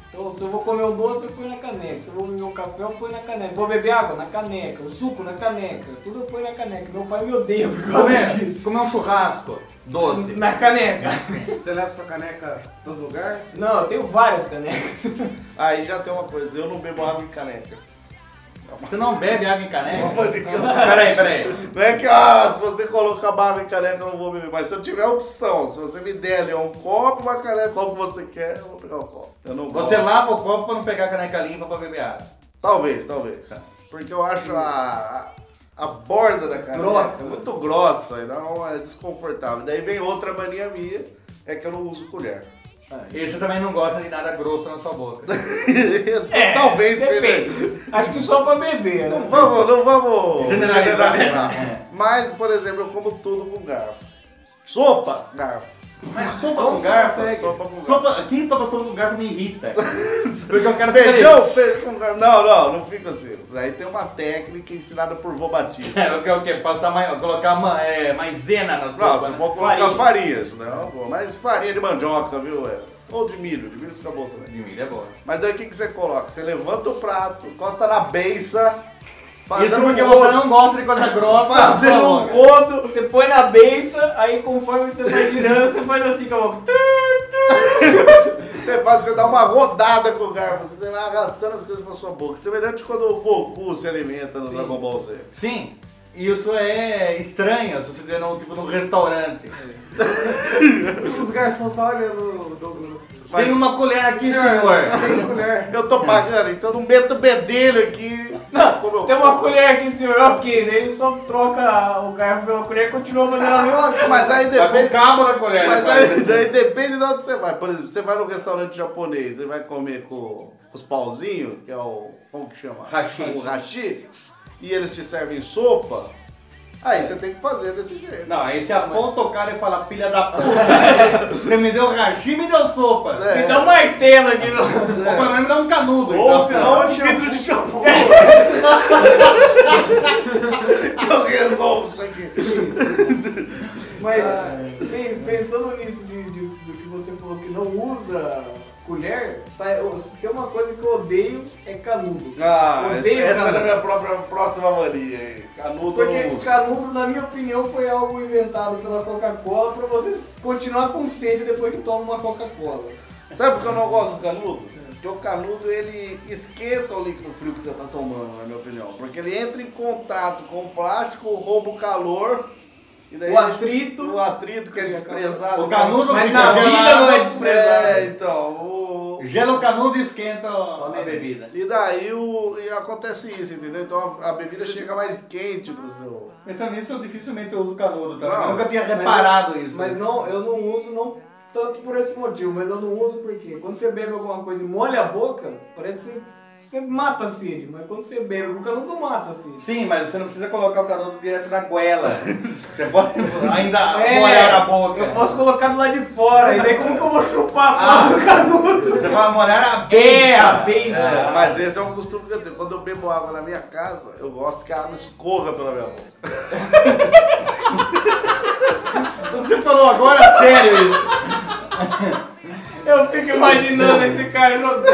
S5: Então, se eu vou comer um doce, eu ponho na caneca. Se eu vou beber um café, eu ponho na caneca. Vou beber água na caneca. O suco na caneca. Tudo eu ponho na caneca. Meu pai me odeia por causa
S4: Comer,
S5: disso.
S4: comer um churrasco doce.
S5: Na caneca.
S7: Você leva sua caneca a todo lugar?
S5: Não, eu tenho várias canecas.
S3: Aí já tem uma coisa, eu não bebo água em caneca.
S4: Você não bebe água em caneca? peraí, peraí.
S3: Não é que, ah, se você colocar barro em caneca eu não vou beber, mas se eu tiver opção, se você me der ali um copo, uma caneca, qual que você quer, eu vou pegar o copo. Eu não
S4: Você
S5: é
S3: gosto.
S4: lava o copo pra não pegar a caneca limpa pra beber água.
S3: Talvez, talvez. Porque eu acho a, a, a borda da caneca
S7: Grossa.
S3: muito grossa, e dá uma é desconfortável. Daí vem outra mania minha, é que eu não uso colher.
S4: É, E você também não gosta de nada grosso na sua boca.
S3: Então, talvez seja...
S5: É, Depende. Acho que só pra beber,
S3: Não
S5: né? É.
S3: vamos, não vamos
S4: Generalizar.
S3: generalizar. Mas, por exemplo, eu como tudo com garfo. Sopa, garfo.
S4: Mas sopa
S7: Como
S4: com
S7: você
S4: garfo.
S7: consegue?
S3: Sopa com garfo.
S4: Sopa, quem toma sopa com garfo me irrita. Porque eu quero
S3: Feijão, feijão com garfo. Não, não, não fica assim. Aí tem uma técnica ensinada por Vô Batista.
S4: É, eu quero o quê? Passar mais, colocar ma, é, maisena na sopa.
S3: Não, você
S4: né?
S3: pode colocar farinha, senão, pô, mas farinha de mandioca, viu? é. Ou de milho, de milho fica bom também.
S4: De milho é boa.
S3: Mas daí o que, que você coloca? Você levanta o prato, encosta na beiça,
S4: Isso
S3: fazendo
S4: porque
S3: um
S4: você
S3: rodo,
S4: não gosta de coisa grossa na sua
S3: fazendo um
S4: boca.
S3: rodo.
S5: Você põe na beiça, aí conforme você vai girando, você faz assim com a boca.
S3: Você, faz, você dá uma rodada com o garfo, você vai arrastando as coisas pra sua boca. Semelhante quando o Goku se alimenta no Dragon Ball Z.
S4: Sim, isso é estranho se você tiver num, tipo, num restaurante.
S7: Os garçons só olham no Douglas.
S4: Tem uma colher aqui, senhor.
S7: Tem colher.
S3: Eu tô pagando, então não meto o bedelho aqui. Como eu
S5: Tem
S3: como.
S5: uma colher aqui, senhor, ok. Daí ele só troca o garfo pela colher e continua fazendo a mesma coisa.
S3: Mas aí
S4: Tá com
S3: depende.
S4: cabo na colher.
S3: Mas
S4: rapaz.
S3: aí, daí depende de onde você vai. Por exemplo, você vai num restaurante japonês, você vai comer com com os pauzinhos, que é o. Como que chama?
S4: Hashi.
S3: O hashi, e eles te servem sopa, aí você tem que fazer desse jeito.
S4: Não, aí você aponta o cara e fala, filha da puta, você me deu rachi e me deu sopa.
S3: É.
S5: Me dá um martelo aqui. No...
S4: Ou pelo menos me dá um canudo.
S3: Ou
S4: então.
S3: senão um vidro de shampoo. Eu resolvo isso aqui.
S5: Mas
S3: Ah,
S5: pen- pensando nisso de, de- do que você falou que não usa colher, tá, eu- tem uma coisa que eu odeio é canudo.
S3: Ah,
S5: Eu
S3: essa,
S5: odeio
S3: essa era
S5: canudo.
S3: a minha própria próxima mania, hein? Canudo
S5: Porque
S3: no uso.
S5: canudo, na minha opinião, foi algo inventado pela Coca-Cola pra você continuar com sede depois que toma uma Coca-Cola.
S3: Sabe por que eu não gosto do canudo? Porque o canudo ele esquenta o líquido frio que você tá tomando, na minha opinião. Porque ele entra em contato com o plástico, rouba o calor. E daí
S5: O
S3: ele-
S5: atrito.
S3: O atrito que é desprezado.
S4: O canudo
S5: Mas
S4: fica
S5: na vida
S4: gelado.
S5: não é desprezado.
S3: É, então. O...
S4: Gela o canudo e esquenta a bebida.
S3: E daí o... e acontece isso, entendeu? Então a, a bebida chega mais quente pro seu.
S4: Pensando nisso, eu dificilmente uso canudo também.
S3: Não.
S4: Eu nunca tinha reparado
S5: Mas-
S4: isso.
S5: Mas não, eu não uso não tanto por esse motivo, mas eu não uso porque quando você bebe alguma coisa e molha a boca, parece que você mata a sede, mas quando você bebe o canudo não mata a sede.
S4: Sim, mas você não precisa colocar o canudo direto na goela. Você pode ainda
S5: É,
S4: molhar a boca.
S5: Eu posso colocar do lado de fora, e daí como que eu vou chupar a
S4: Ah.
S5: porra do canudo?
S4: Você vai molhar a beça.
S5: É, a benção.
S3: É, mas esse é um costume que eu tenho. Quando eu bebo água na minha casa, eu gosto que a água escorra pela minha boca.
S4: Você falou agora sério isso.
S5: Eu fico imaginando esse cara jogando,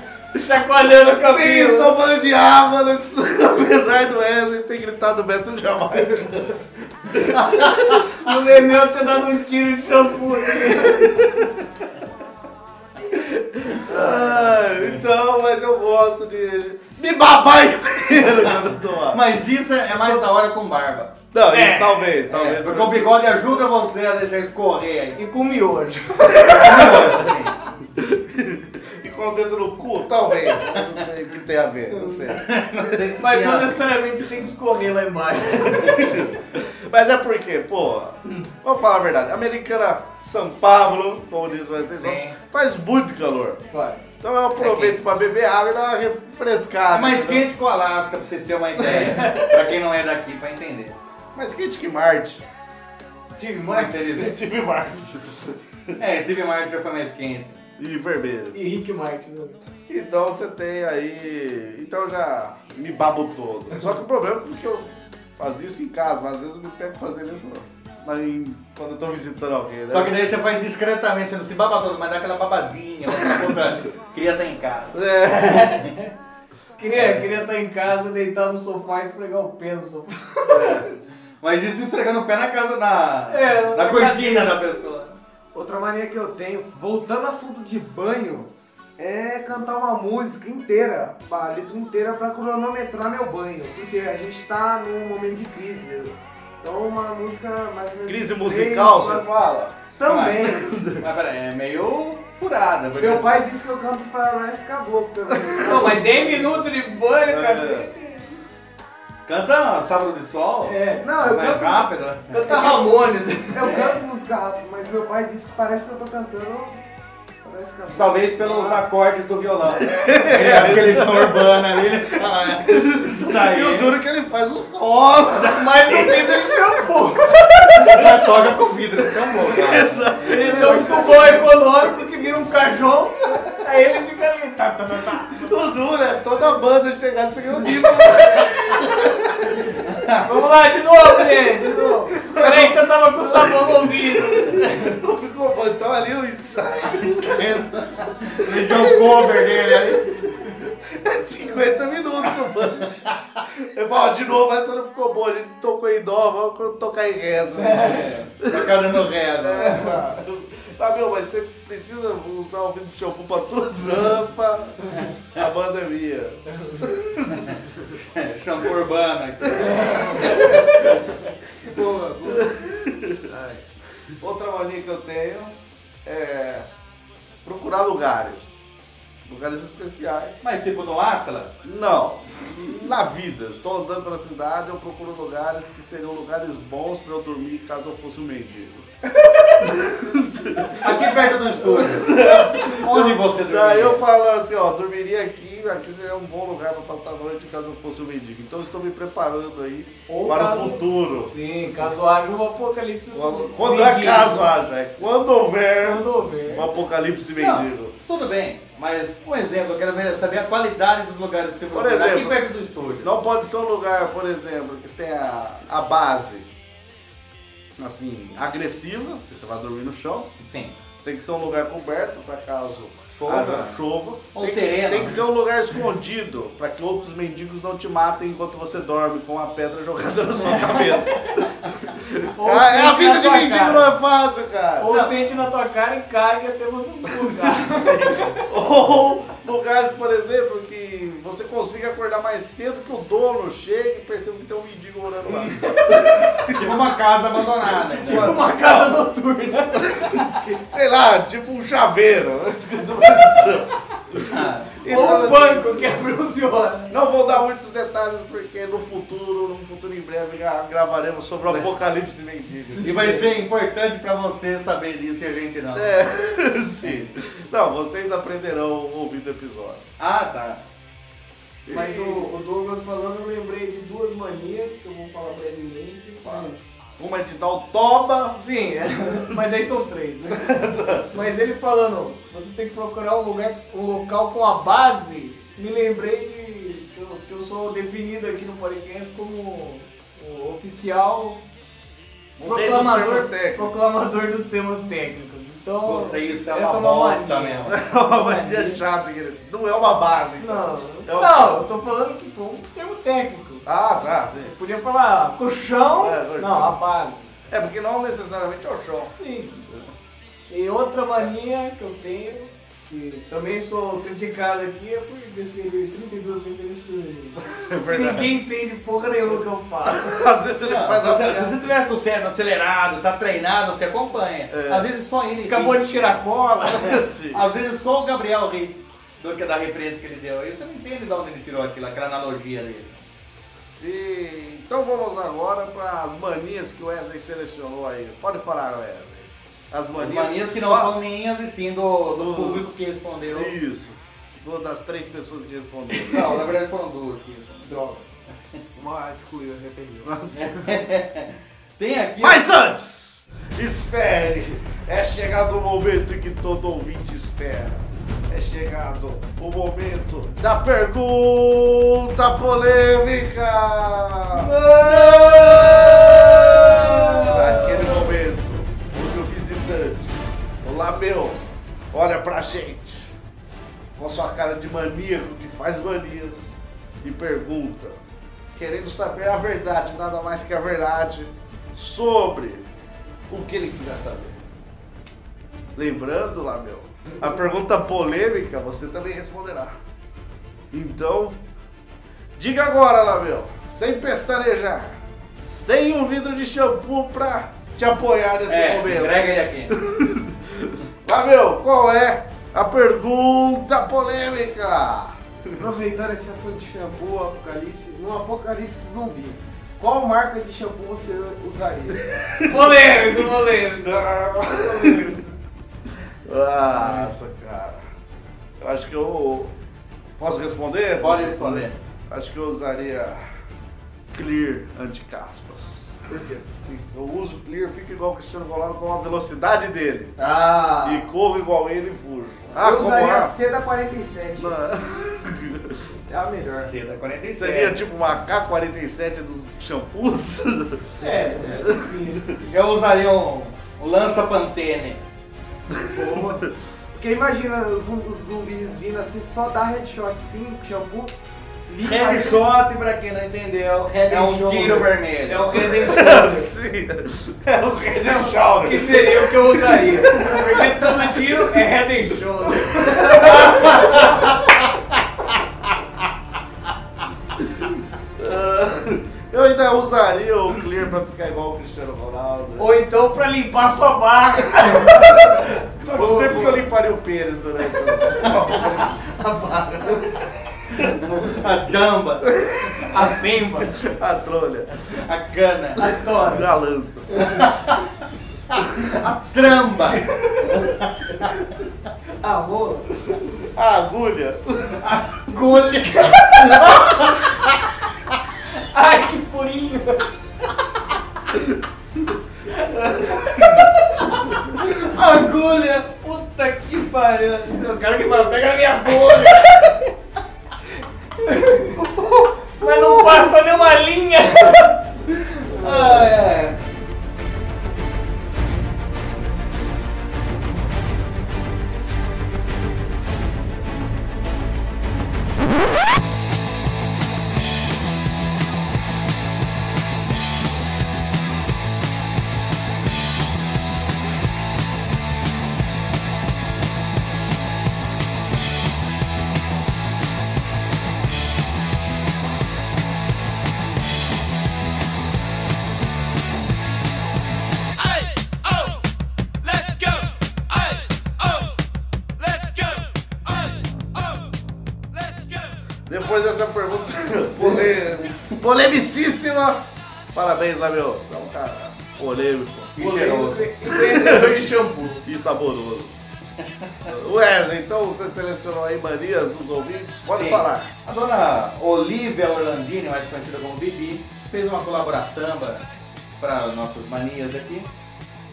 S5: chacoalhando o
S3: Sim, tá
S5: cabelo.
S3: estou falando de água, né? apesar do Wesley ter gritado Beto Jamaica.
S5: O Lemeu ter dado um tiro de shampoo nele.
S3: Ah, então, mas eu gosto de me babar inteiro quando eu tô lá.
S4: Mas isso é mais da hora com barba.
S3: Não, isso talvez, talvez.
S4: É, porque o bigode ajuda você a deixar escorrer aí.
S5: E com miojo.
S3: E com com o dedo no cu? Talvez. Não sei o que tem a ver, não sei. Não sei se
S5: Mas
S3: tem a
S5: não
S3: ver.
S5: necessariamente tem que escorrer lá embaixo.
S3: Mas é porque, pô, vamos falar a verdade. Americana São Paulo, como diz mais atenção,
S5: Sim.
S3: faz muito calor.
S5: Vai.
S3: Então eu aproveito pra beber água e dar uma refrescada.
S4: É mais
S3: entendeu?
S4: quente que o Alasca, pra vocês terem uma ideia. pra quem não é daqui, pra entender. é
S3: Mais quente que Marte.
S4: Steve Martin, eles...
S3: Steve Martin.
S4: É, Steve Martin já foi mais quente.
S3: E vermelho.
S5: E Rick Martin. né?
S3: Então você tem aí. Então já me babo todo. Só que o problema é porque eu fazia isso em casa, mas às vezes eu me pego fazendo isso na- em- quando eu tô visitando alguém, né?
S4: Só que daí você faz discretamente, você não se baba todo, mas dá aquela babadinha, uma outra queria estar em casa.
S3: É,
S7: É.
S5: Queria, queria estar em casa, deitar no sofá e esfregar o pé no sofá.
S4: Mas isso esfregando o pé na casa, na,
S5: É,
S4: na
S5: na
S4: cortina da pessoa.
S7: Outra mania que eu tenho, voltando ao assunto de banho, é cantar uma música inteira, a letra inteira pra cronometrar meu banho. Porque a gente tá num momento de crise, né? Então uma música mais ou menos...
S3: crise
S7: três,
S3: musical, você
S7: quatro-
S3: fala?
S7: Também.
S4: Mas peraí, é meio furada. Porque...
S7: Meu pai disse que eu canto Faroeste Caboclo também.
S5: Não, mas 10 minutos de banho, assim,
S4: É.
S5: cacete.
S4: Canta Sábado de Sol,
S5: É.
S7: Não, eu
S4: mais
S7: canto,
S4: rápido. né?
S5: Canta Ramones.
S7: eu canto música rápida, mas meu pai disse que parece que eu tô cantando Faroeste Caboclo.
S4: Talvez pelos
S3: Ah.
S4: acordes do violão. Ele acha que eles são urbanos ali, ele fala, "Ah, É. isso daí.
S3: E o duro é que ele faz o solo.
S5: Mas no vidro de shampoo.
S4: Mas toca com vidro, isso é um bom, cara.
S5: Ele tem um tubão econômico que vira um cajão, aí ele fica ali. Tá, tá, tá, tá.
S3: O duro é toda a banda chegar seguindo o disco.
S5: Vamos lá, de novo, gente, de novo. Peraí que eu tava com o sabão no ouvido.
S3: Não ficou bom. Então ali o ensaio
S4: Deixa o cover dele ali.
S3: é 50 minutos, mano. Eu falo, de novo, essa não ficou boa. A gente tocou em dó, vamos tocar em reza.
S4: É. Tocando no ré, né?
S3: Tá, meu, mas você precisa usar o vidro de shampoo pra tudo? Rampa, a banda é minha.
S4: Shampoo urbano aqui.
S3: Boa, boa. Ai. Outra mania que eu tenho é procurar lugares. Lugares especiais.
S4: Mas tipo no Atlas?
S3: Não, na vida, estou andando pela cidade, eu procuro lugares que seriam lugares bons pra eu dormir caso eu fosse um mendigo.
S4: Aqui perto do estúdio. Onde você dormiu?
S3: Daí eu falo assim, ó, dormiria aqui, aqui seria um bom lugar pra passar a noite caso eu fosse um mendigo. Então eu estou me preparando aí
S5: Ou
S3: para
S5: caso-
S3: o futuro.
S5: Sim, caso haja um apocalipse.
S3: Quando, quando é
S5: mendigo.
S3: caso, haja, é quando houver
S5: Quando houver.
S3: um apocalipse
S4: Não,
S3: mendigo.
S4: tudo bem, mas um exemplo, eu quero ver- saber a qualidade dos lugares que você
S3: Por
S4: procura. Aqui
S3: exemplo.
S4: perto do estúdio.
S3: Não pode ser um lugar, por exemplo, que tenha a base, assim, agressiva, que você vai dormir no chão.
S4: Sim.
S3: Tem que ser um lugar coberto para caso
S4: Chova.
S3: haja chova. tem,
S4: Ou
S3: que-
S4: sereno.
S5: né?
S3: Tem que ser um lugar escondido para que outros mendigos não te matem enquanto você dorme com a pedra jogada na sua cabeça.
S5: É. Ou
S3: Ah, é a
S5: sente na
S3: vida de
S5: tua
S3: mendigo
S5: cara.
S3: não é fácil, cara.
S5: Ou sente na tua cara e caga até você sujar.
S3: Ou lugares, por exemplo, que você consiga acordar mais cedo que o dono chegue e perceba que tem um mendigo morando lá.
S4: Tipo uma casa abandonada. né?
S5: tipo uma casa noturna.
S3: Sei lá, tipo um chaveiro.
S5: Ou
S3: Então,
S5: um banco que aprisionar.
S3: Não vou dar muitos detalhes porque no futuro, num futuro em breve, gra- gravaremos sobre o apocalipse mendigo.
S4: E vai ser importante pra você saber disso e a gente não.
S3: É, sim. Não, vocês aprenderão ouvindo o episódio.
S4: Ah, tá.
S7: Mas o, o Douglas falando, eu lembrei de duas manias que eu vou falar brevemente. Mas...
S3: Uma é de dar o toba.
S5: Sim, mas daí são três, né? Mas ele falando, você tem que procurar um lugar, um local com a base, me lembrei de que eu, que eu sou definido aqui no podcast como o oficial
S3: Mudei Um dos termos
S5: proclamador,
S3: técnicos.
S5: proclamador dos temas técnicos. Então,
S4: Puta, isso é
S5: essa
S4: uma
S5: é uma
S4: bosta
S5: mania.
S4: mesmo.
S3: Uma mania chata, querido. Não é uma base.
S5: não,
S3: É o-
S5: não, eu tô falando que foi um termo técnico.
S3: Ah, tá, sim.
S5: Podia falar colchão,
S3: É, colchão.
S5: não, a base.
S3: É porque não necessariamente é o chão.
S5: Sim. E outra mania que eu tenho, que também sou criticado aqui, é por desferir 32 referências por mês.
S3: É
S5: Ninguém entende porra nenhuma que eu falo.
S3: Às vezes ele
S4: Não,
S3: faz
S4: se, você,
S3: a
S4: se você tiver com o cérebro acelerado, tá treinado, você É. acompanha. Às vezes só ele.
S5: Acabou
S4: ri.
S5: de tirar cola.
S3: Sim.
S4: Às vezes só o Gabriel ri. do que da referência que ele deu é aí. Você não entende de onde ele tirou aquilo, aquela analogia dele.
S3: E, então vamos agora para as manias que o Wesley selecionou aí. Pode falar, Wesley. As
S4: As
S3: manias,
S4: manias que não
S3: Fa-
S4: são minhas e sim do, do público que respondeu.
S3: Ah. Uhum. Isso. Do- Das três pessoas que responderam.
S4: Não, na verdade foram duas que Droga.
S7: Uma excluiu, arrependeu.
S4: Tem aqui.
S3: Mas antes, espere. É chegado o momento que todo ouvinte espera. É chegado o momento da pergunta polêmica. Naquele momento, onde o visitante, o Labeu, olha pra gente com sua cara de maníaco que faz manias e pergunta, querendo saber a verdade, nada mais que a verdade, sobre o que ele quiser saber. Lembrando lá, meu, a pergunta polêmica você também responderá. Então, diga agora, lá, meu, sem pestanejar, sem um vidro de shampoo pra te apoiar nesse
S4: é,
S3: momento.
S4: entrega ele aqui.
S3: Lá, meu, qual é a pergunta polêmica?
S7: Aproveitando esse assunto de shampoo, apocalipse, no apocalipse zumbi, qual marca de shampoo você usaria?
S4: polêmico, polêmico.
S3: Nossa, cara. Eu acho que eu. Posso responder?
S4: Pode responder.
S3: Acho que eu usaria Clear anticaspas. Por quê? Sim, eu uso Clear, fico igual o Cristiano Ronaldo com a velocidade dele.
S4: Ah,
S3: E corro igual ele e fujo. Ah,
S7: eu
S3: como
S7: usaria a
S3: é?
S7: seda 47. É a melhor.
S4: seda 47.
S3: Seria tipo uma K47 dos shampoos?
S4: Sério, É, Eu usaria um, um lança-pantene.
S7: Boa. Porque imagina os zum- os zumbis vindo assim, só dá headshot, 5 shampoo, limpa eles.
S4: Headshot, pra quem não entendeu,
S7: Head
S4: é
S7: and
S4: um
S7: shoulder.
S4: tiro vermelho. É um
S3: Sim. É o Red and Shoulder.
S4: que seria o que eu usaria. Porque todo tiro é head and shoulder.
S3: Eu ainda usaria o Clear pra ficar igual o Cristiano Ronaldo.
S4: Ou então pra limpar sua barra.
S3: Não sei porque eu limparia o Pênis durante o
S4: A jamba, a pemba,
S3: a trolha,
S4: a cana, a tora,
S3: a lança.
S4: a tramba,
S7: Ah, rola.
S3: A
S4: Ah,
S3: agulha.
S4: agulha.
S5: Ai, que furinho!
S4: Agulha! Puta que pariu! O cara que fala, pega na minha bolha! Mas não passa nenhuma linha! Ah, é.
S3: Depois dessa pergunta pole- polemicíssima. Parabéns, Label. Você é um cara polêmico.
S4: E cheiroso.
S3: Conhecedor de shampoo. E saboroso. Wesley, então você selecionou aí manias dos ouvintes. Pode
S4: Sim.
S3: falar.
S4: A dona Olivia Orlandini, mais conhecida como Bibi, fez uma colaboração para nossas manias aqui.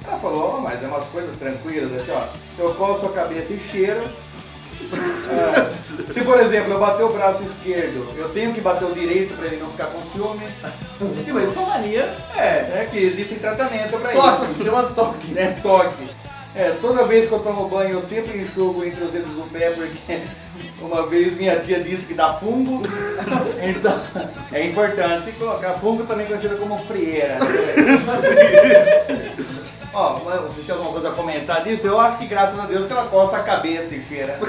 S4: Ela falou, ó, mas é umas coisas tranquilas aqui, ó. Eu coço a cabeça e cheiro. Ah, se, por exemplo, eu bater o braço esquerdo, eu tenho que bater o direito para ele não ficar com ciúme. E, mas são manias é, é, que existem tratamento para isso. Chama toque, né? Toque. É, toda vez que eu tomo banho, eu sempre enxugo entre os dedos do pé, porque uma vez minha tia disse que dá fungo. Então, é importante colocar fungo também conhecido como frieira. né? Ó, você tem alguma coisa a comentar disso? Eu acho que graças a Deus que ela coça a cabeça e cheira.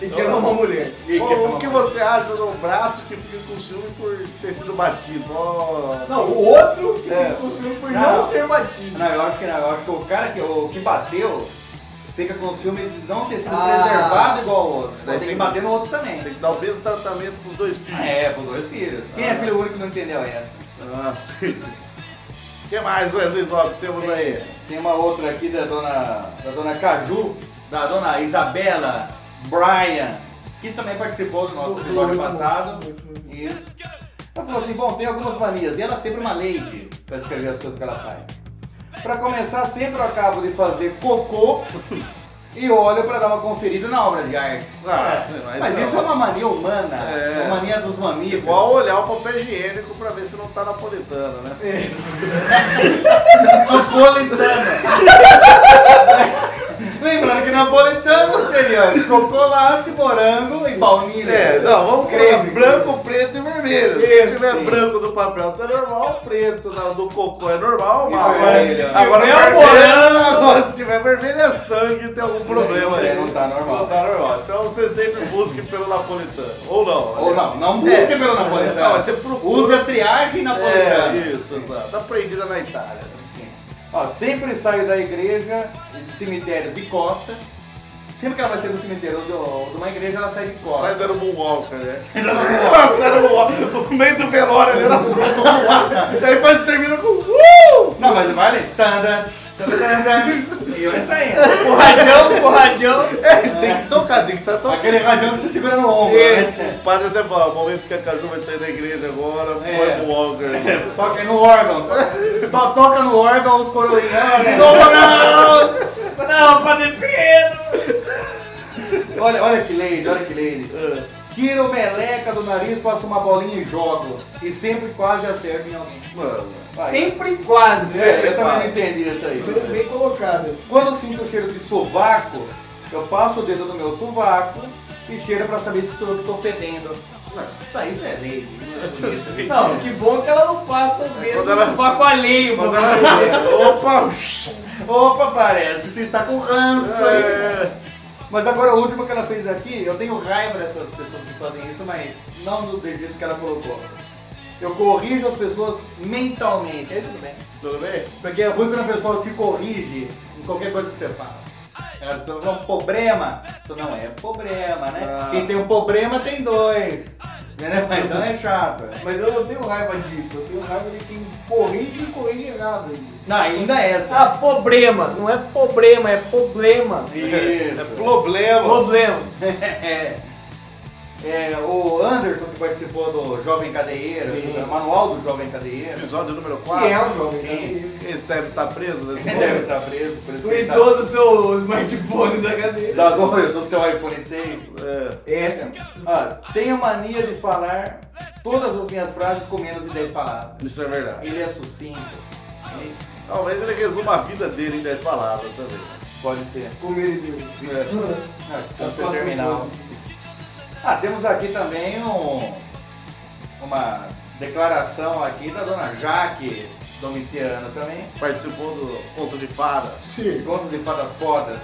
S3: E que é uma mulher.
S4: E que é uma
S3: o que
S4: mulher.
S3: você acha no braço que fica com ciúme por ter sido batido? Ó.
S5: Não, o outro que
S3: É.
S5: é. conseguiu por
S4: Não.
S5: não, ser batido.
S4: Não, eu acho que não. Eu acho que o cara que, o, que bateu fica com ciúme de não ter sido
S7: Ah.
S4: preservado igual o outro. Daí tem que
S3: tem-
S4: bater no outro também.
S3: Tem que dar o mesmo tratamento pros dois filhos.
S4: É, pros dois filhos. Quem é filho único não entendeu essa?
S3: Nossa. O Ah, que mais, Wesley Zob, temos aí?
S4: Tem uma outra aqui da dona, da dona Caju, da dona Isabela Bryan, que também participou do nosso episódio passado. Isso. Ela falou assim, bom, tem algumas manias, e ela é sempre uma lady para escrever as coisas que ela faz. Para começar, sempre eu acabo de fazer cocô e olho para dar uma conferida na obra de arte.
S3: Ah,
S4: mas isso é uma mania humana,
S3: É.
S4: uma mania dos mamíferos.
S3: Igual olhar o papel higiênico pra ver se não tá napolitano, né?
S4: Napolitana. Lembrando que napolitano seria chocolate, morango e baunilha.
S3: É, não, vamos colocar
S4: Creme.
S3: branco, preto e vermelho.
S4: Isso,
S3: Se tiver
S4: sim.
S3: branco do papel tá normal, preto da- do cocô é normal,
S4: agora, se
S3: vermelho.
S4: tiver
S3: Agora
S4: morango-
S3: vermelho, agora se tiver vermelho é sangue, tem algum problema
S4: é,
S3: aí.
S4: não tá normal.
S3: Não tá normal. Então você sempre busque pelo napolitano. Ou não. né?
S4: Ou não, não busque pelo napolitano.
S3: Não, mas você procura.
S4: Use a triagem napolitana.
S3: É, isso, exato. Aprendida na Itália.
S4: Ó, sempre saio da igreja e do cemitério de costa. Sempre que ela vai sair do cemitério ou de- ou de uma igreja, ela sai de costa.
S3: Sai dando moonwalker, né? Nossa, dando moonwalker. No meio do velório ali, ela sai do moonwalker. E aí faz, termina com... Uh!
S4: Não, mas vale. Tanda, tanda, tanda. E eu saindo.
S5: Porradão, porradão.
S3: É, tem que tocar, tem que tá estar tocando.
S4: Aquele radião que você segura no ombro. Né?
S3: O padre até fala, o momento que a Caju vai sair da igreja agora,
S4: É.
S3: foi pro
S5: É.
S3: Walker.
S4: Toca no órgão. To- Toca no órgão os coroinhas. né?
S5: Não, Padre Pedro.
S4: Olha, olha que lady, olha que lady. Tiro o meleca do nariz, faço uma bolinha e jogo. E sempre quase acerto em alguém.
S3: Mano,
S5: Sempre quase.
S4: É, eu também não entendi isso aí.
S5: Bem- Bem colocado.
S4: Quando eu sinto o cheiro de sovaco, eu passo o dedo no meu sovaco e cheiro pra saber se sou eu que tô fedendo. Tá, isso é lady. Isso é bonito.
S5: Não, que bom que ela não passa o dedo
S3: Quando ela-
S5: no sovaco alheio.
S3: quando
S5: mano.
S3: ela... Opa!
S4: Opa, parece que você está com ranço aí.
S3: É.
S4: Mas agora o último que ela fez aqui, eu tenho raiva dessas pessoas que fazem isso, mas não do jeito que ela colocou. Eu corrijo as pessoas mentalmente. Aí tudo bem.
S3: Tudo bem?
S4: Porque é ruim quando a pessoa te corrige em qualquer coisa que você fala. Ela diz, "Não, problema. Isso não é problema, né? Quem tem um problema tem dois. Entendeu? Mas Então é chato.
S5: Mas eu não tenho raiva disso. Eu tenho raiva de quem corrige e corrige errado.
S4: Não, ainda é essa.
S5: Ah, problema. Não é problema, é problema.
S3: É problema.
S5: Problema.
S4: É. É, o Anderson que participou do Jovem Cadeieiro, do manual do Jovem Cadeieiro.
S3: Episódio número
S5: Que
S3: 4.
S5: é o jovem. É.
S4: Sim.
S5: né?
S3: Esse deve estar preso nesse
S4: Ele deve
S3: momento.
S4: estar preso, por isso que ele tá-
S5: Tweetou do seu smartphone da cadeira.
S4: da dor do seu iPhone 6.
S3: É.
S5: Essa.
S4: Olha, tenho mania de falar todas as minhas frases com menos de 10 palavras.
S3: Isso é verdade.
S4: Ele é sucinto. Ele-
S3: Talvez ele resuma a vida dele em 10 palavras também.
S4: Pode ser.
S5: Como ele deu.
S3: É.
S4: Acho que é terminal. Ah, temos aqui também um, uma declaração aqui da dona Jaque Domiciano também.
S3: Participou do Conto de Fadas.
S4: Contos de fadas fodas.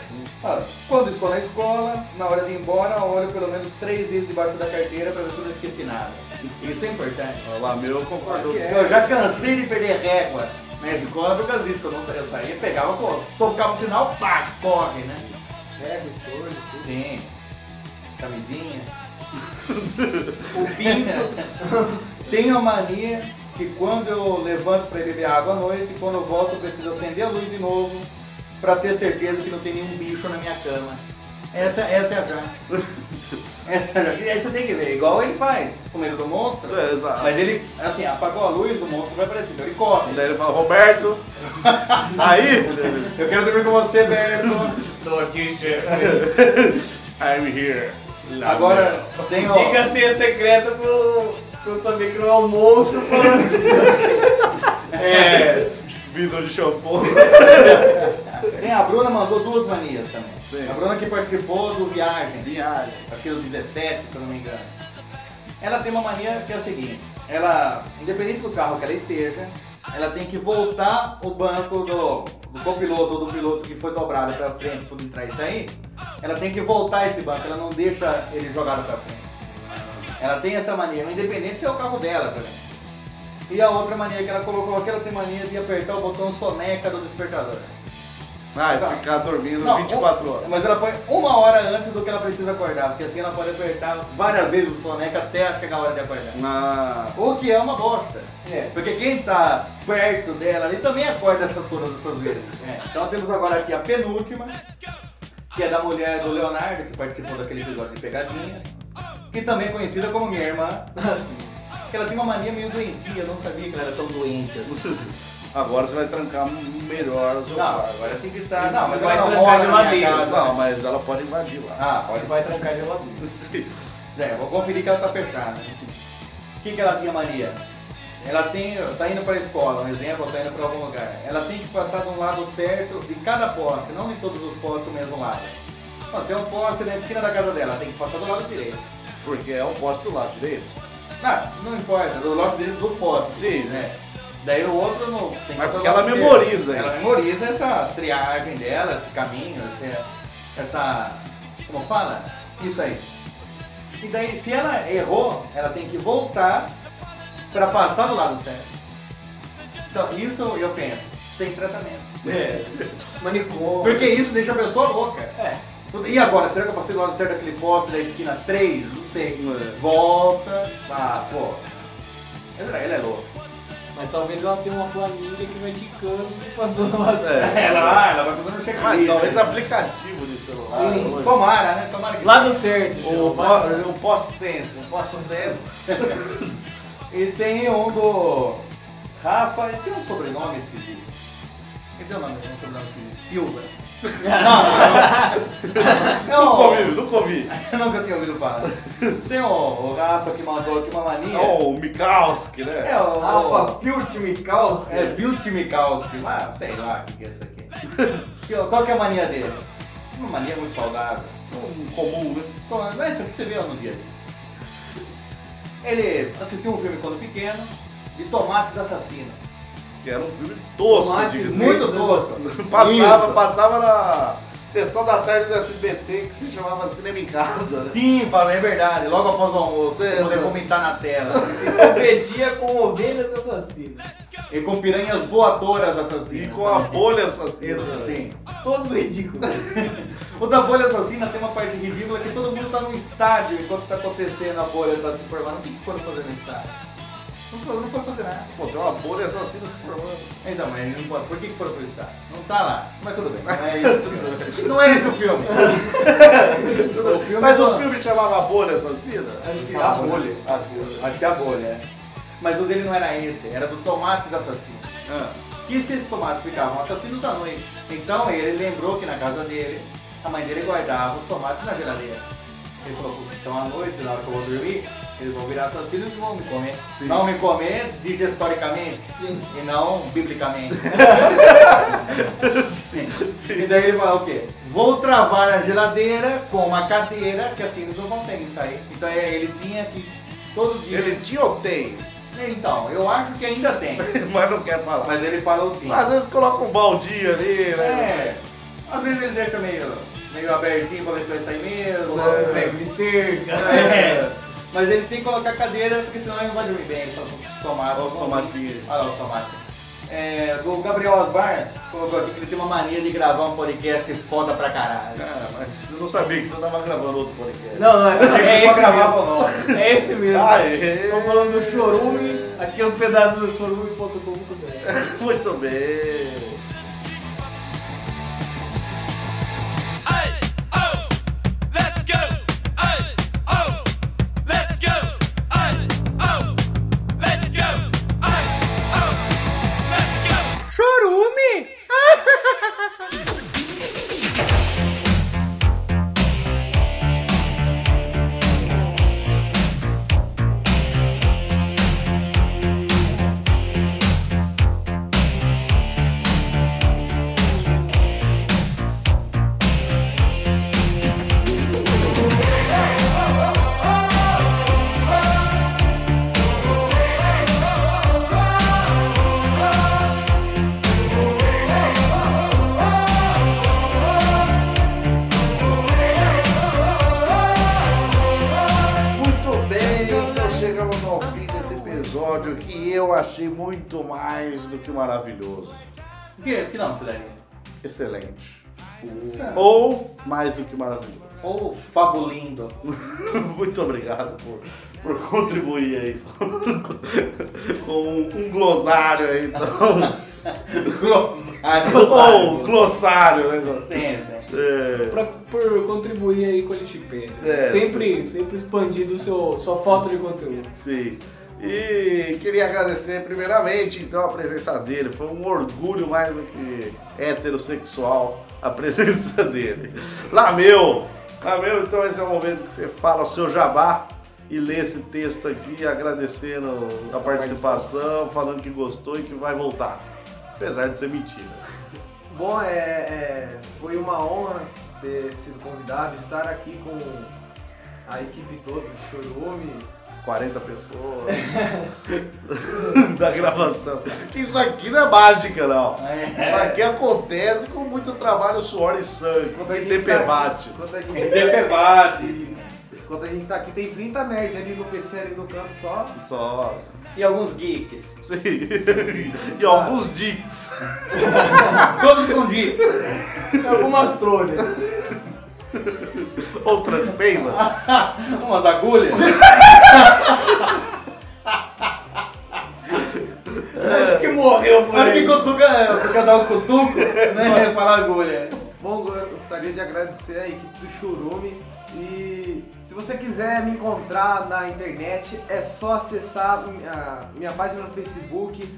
S4: Ah, quando estou na escola, na hora de ir embora, olho pelo menos três vezes debaixo da carteira para ver se eu não esqueci nada. Isso é importante.
S3: Lá meu concordou.
S4: Eu já cansei de perder régua na escola por causa disso, que eu não saía, eu saía, pegava, pô, tocava o sinal, pá, corre, né?
S5: Pega, estoura, tudo.
S4: Sim. Camisinha. o pinto. Tenho a mania que quando eu levanto para beber água à noite, quando eu volto eu preciso acender a luz de novo para ter certeza que não tem nenhum bicho na minha cama. Essa, essa é a Jaque. Essa é a Jaque. Aí você tem que ver, igual ele faz, com medo do monstro.
S3: É, exato.
S4: Mas ele, assim, apagou a luz, o monstro vai aparecer, então ele corre.
S3: Daí ele fala, Roberto, aí,
S4: Eu quero dormir com você, Berto.
S5: Estou aqui, chefe.
S3: I'm here. Lá
S4: Agora tem ó,
S5: Diga é a senha secreta pra eu, pra eu saber que não é o monstro falando isso.
S3: É, vidro de shampoo.
S4: Tem a Bruna mandou duas manias também.
S3: Sim.
S4: A Bruna que participou do Viagem,
S3: Viagem.
S4: acho que é do 17, se eu não me engano. Ela tem uma mania que é a seguinte, ela, independente do carro que ela esteja, ela tem que voltar o banco do, do copiloto ou do piloto que foi dobrado pra frente, por trás e sair, ela tem que voltar esse banco, ela não deixa ele jogado pra frente. Ela tem essa mania, independente se é o carro dela também. E a outra mania que ela colocou aqui, ela tem mania de apertar o botão soneca do despertador.
S3: Vai Ah, ficar dormindo
S4: Não,
S3: 24
S4: um-
S3: horas.
S4: Mas ela põe uma hora antes do que ela precisa acordar, porque assim ela pode apertar várias vezes o soneca até chegar a hora de acordar.
S3: Na...
S4: O que é uma bosta.
S5: É.
S4: Porque quem tá perto dela ali também acorda essas, todas essas vezes. Então temos agora aqui a penúltima, que é da mulher do Leonardo, que participou daquele episódio de Pegadinha, que também é conhecida como minha irmã. Que ela tem uma mania meio doentia, eu não sabia que ela era tão doente assim.
S3: Agora você vai trancar melhor Tá, o seu
S4: Não,
S3: quarto. Agora tem que estar.
S4: Não, mas ela
S5: Vai
S4: não
S5: trancar
S4: mora
S5: a
S4: na minha
S5: geladeira.
S4: casa. né?
S3: Não, mas ela pode invadir lá.
S4: Ah, pode
S5: Vai trancar a geladeira.
S4: É, vou conferir que ela tá fechada. O que, que ela tinha, Maria? Ela tem, tá indo pra escola, um exemplo, ou tá indo pra algum lugar. Ela tem que passar de um lado certo de cada poste, não de todos os postes do mesmo lado. Ó, tem um poste na esquina da casa dela, ela tem que passar do lado direito.
S3: Porque é um poste do lado direito.
S4: Ah, não importa, do lado direito do poste. Sim, né? Daí o outro não tem que
S3: Mas
S4: passar do
S3: porque ela
S4: lado esquerdo.
S3: memoriza
S4: Ela
S3: isso.
S4: memoriza essa triagem dela, esse caminho, esse- essa. Como fala? Isso aí. E daí, se ela errou, ela tem que voltar pra passar do lado certo. Então, isso eu penso, tem tratamento.
S5: Manicômio.
S4: Porque isso deixa a pessoa louca. É. E agora, será que eu passei do lado certo daquele poste da esquina 3? Não sei. Volta. Ah, pô. Ela ela é louca.
S5: Mas talvez ela tenha uma planilha que vai indicando que passou lá.
S4: É, Ela, ela vai fazendo um checklist. Ah,
S3: Mas Ah, talvez aplicativo de celular.
S4: Sim,
S3: hoje.
S4: tomara, né? Tomara que.
S5: Lado certo, João.
S3: O po- o post-sense, o post-sense.
S4: E tem um do Rafa, ele tem um sobrenome esquisito. Ele tem um nome, um sobrenome esquisito. Silva. Não,
S3: Do
S4: não. É um-
S3: Covid, do Covid.
S4: Eu nunca tinha ouvido falar. Tem o, o Rafa que mandou aqui uma mania.
S3: Não, É o Mikowski, né?
S4: É o
S5: Alfa Filt Mikowski.
S4: É Viltmikowski, lá, sei lá o que que é isso aqui. Que- Qual que é a mania dele? Uma mania muito saudável.
S3: Um comum, né?
S4: Pô, Não é isso que você vê no dia a dia. Ele assistiu um filme quando pequeno de tomates assassinos.
S3: Que era um filme tosco,
S5: Tomates,
S3: diga-se.
S4: Muito tosco.
S3: Passava,
S4: Isso.
S3: passava na sessão da tarde do SBT que se chamava Cinema em Casa. né?
S4: Sim, Paulo, é verdade. Logo após o almoço,
S3: É,
S4: pra poder
S3: né?
S4: comentar na tela.
S5: Competia com ovelhas assassinas.
S4: e com piranhas voadoras
S3: E
S4: assassinas.
S3: com a bolha assassina.
S4: Isso, assim.
S5: Todos ridículos.
S4: O da bolha assassina tem uma parte ridícula que todo mundo tá no estádio enquanto tá acontecendo a bolha tá se formando. O que que foram fazer no estádio? Não foram, não foram fazer nada.
S3: Pô, tem uma bolha assassina se formando.
S4: Então, mas não pode. Por que que foram pro estádio? Não tá lá. Mas tudo bem. Não é esse o filme. Não é esse o filme. O filme
S3: Mas
S4: é-
S3: o filme chamava Bolha Assassina?
S4: Acho que né? a bolha. Acho que a bolha, é. Mas o dele não era esse, era do Tomates Assassino.
S3: Ah.
S4: Que esses tomates ficavam assassinos à noite. Então ele lembrou que na casa dele, a mãe dele guardava os tomates na geladeira. Ele falou, "Putz, então à noite, na hora que eu vou dormir, eles vão virar assassinos e vão me comer. Não me comer digestoricamente e não biblicamente. Sim. E daí ele fala o quê? Vou travar a geladeira com uma cadeira, que assim eles não conseguem sair. Então é, ele tinha que todo dia.
S3: Ele tinha ou tem?
S4: Então, eu acho que ainda tem.
S3: Mas não quero falar.
S4: Mas ele fala o
S3: Às
S4: seguinte.
S3: vezes coloca um balde ali, né?
S4: É, às vezes ele deixa meio, meio abertinho pra ver se vai sair mesmo.
S5: Logo pego de cerca.
S4: É. Mas ele tem que colocar cadeira, porque senão ele não vai dormir bem. Ele fala os tomates.
S3: Olha os tomatinhos.
S4: Olha lá os tomates. É, o Gabriel Osbar colocou aqui que ele tem uma mania de gravar um podcast foda pra caralho.
S3: Cara, Ah, mas eu não sabia que você tava gravando outro podcast.
S5: Não, não, é esse
S4: gravava
S5: mesmo. É esse mesmo.
S3: Aê.
S5: Tô falando do chorume. Aqui é os pedaços do chorume.com.br.
S3: Muito bem.
S2: Chorume?
S3: Muito bem, então chegamos ao fim desse episódio que eu achei muito mais do que maravilhoso.
S4: Que, que nome você daria?
S3: excelente. Ou mais do que maravilhoso.
S4: Ou fabulindo.
S3: Muito obrigado por, por contribuir aí com um, um glossário aí, então.
S4: Glossário.
S3: Ou um glossário, né? Glossário.
S4: Sempre.
S3: É,
S5: Pra- por contribuir aí com a Wikipedia.
S3: É,
S5: sempre, sempre expandindo o seu, sua foto de conteúdo.
S3: Sim. E queria agradecer primeiramente então a presença dele. Foi um orgulho mais do que heterossexual a presença dele. Lameu! Lameu, então esse é o momento que você fala o seu jabá e lê esse texto aqui agradecendo a participação, falando que gostou e que vai voltar. Apesar de ser mentira.
S7: Bom, é, é, foi uma honra ter sido convidado, estar aqui com a equipe toda do Chorume.
S3: 40 pessoas da gravação. Isso aqui não é mágica, não. Isso aqui acontece com muito trabalho, suor e sangue.
S7: Enquanto a
S3: Tem
S7: gente tá aqui-
S3: debate.
S7: Enquanto a
S4: Tem
S7: gente,
S4: debate.
S7: enquanto a gente tá aqui, tem 30 merda ali no PC, ali no canto só.
S3: Só.
S4: E alguns geeks.
S3: Sim. E alguns dicks.
S4: Todos com geek.
S5: Algumas trolhas.
S3: Outras peimas.
S4: Umas agulhas. Acho que morreu por Acho que cutuca, cutuca dá um cutuco, né? Fala agulha.
S7: Bom, eu gostaria de agradecer a equipe do Churume e se você quiser me encontrar na internet é só acessar a minha página no Facebook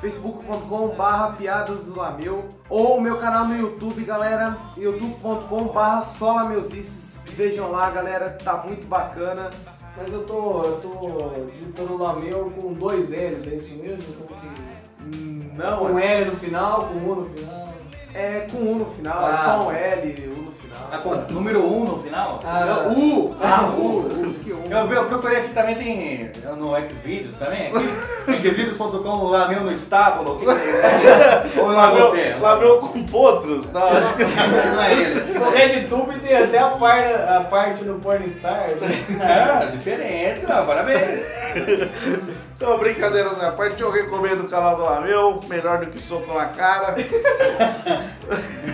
S7: facebook.com barra piadas do Lameu ou o meu canal no YouTube, galera youtube.com barra solameusices vejam lá, galera, tá muito bacana
S5: Mas eu tô, eu tô digitando Lameu com dois L's, é isso mesmo? Como que...
S7: Hum, não,
S5: Com L no final, com U no final.
S7: é com um no final, é
S4: Ah.
S7: só um L, um no
S4: Tá
S7: final
S4: com número 1 um no final?
S5: Ah,
S4: U! Ah, U!
S7: que um.
S4: Eu, vi- eu procurei aqui também, tem eh, no Xvideos também, aqui. Xvideos.com, lá meu no estábulo, o que que é isso? Ou lá você?
S3: Lameu com potros. Não, acho que
S4: Não é ele.
S5: No RedTube tem até a, par- a parte do Pornstar. né?
S4: Ah, diferente, não, parabéns.
S3: Então, brincadeiras à parte, eu recomendo o canal do Lameu, melhor do que soco na cara.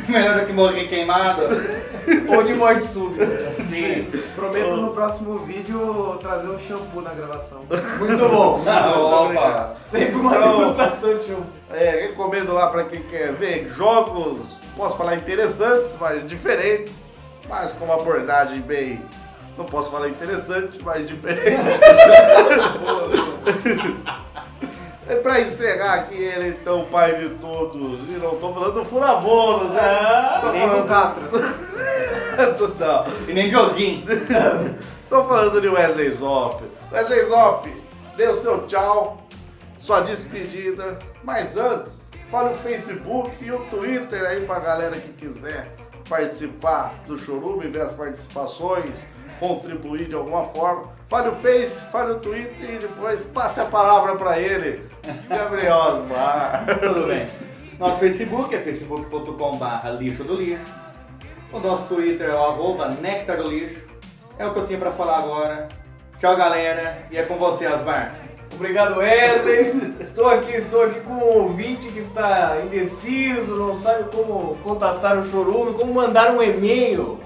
S4: Melhor do que morrer queimado.
S5: Ou de morte súbita.
S4: Sim.
S7: prometo no próximo vídeo trazer um shampoo na gravação
S5: Muito bom.
S4: Ah, opa.
S5: Sempre uma
S3: Então-
S5: degustação de um.
S3: É, recomendo lá pra quem quer ver jogos, posso falar interessantes, mas diferentes, mas com uma abordagem bem. Não posso falar interessante, mas diferente. É pra encerrar aqui ele, então, pai de todos. E não tô falando do Furabolos, né? Estou
S7: nem do
S3: falando.
S7: Tatra
S3: Não.
S4: E nem de Odin.
S3: Estou falando de Wesley Zop. Wesley Zop, dê o seu tchau, sua despedida. Mas antes, fale o Facebook e o Twitter aí pra galera que quiser participar do Chorume, ver as participações, contribuir de alguma forma. Fale o Face, fale o Twitter e depois passe a palavra pra ele, Gabriel Osmar.
S4: Tudo bem. Nosso Facebook é facebook.com.br lixo do lixo. O nosso Twitter é o arroba néctar do lixo. É o que eu tinha pra falar agora. Tchau, galera. E é com você, Asmar.
S5: Obrigado, Wesley. Estou aqui, estou aqui com um ouvinte que está indeciso, não sabe como contatar o Chorume, como mandar um e-mail,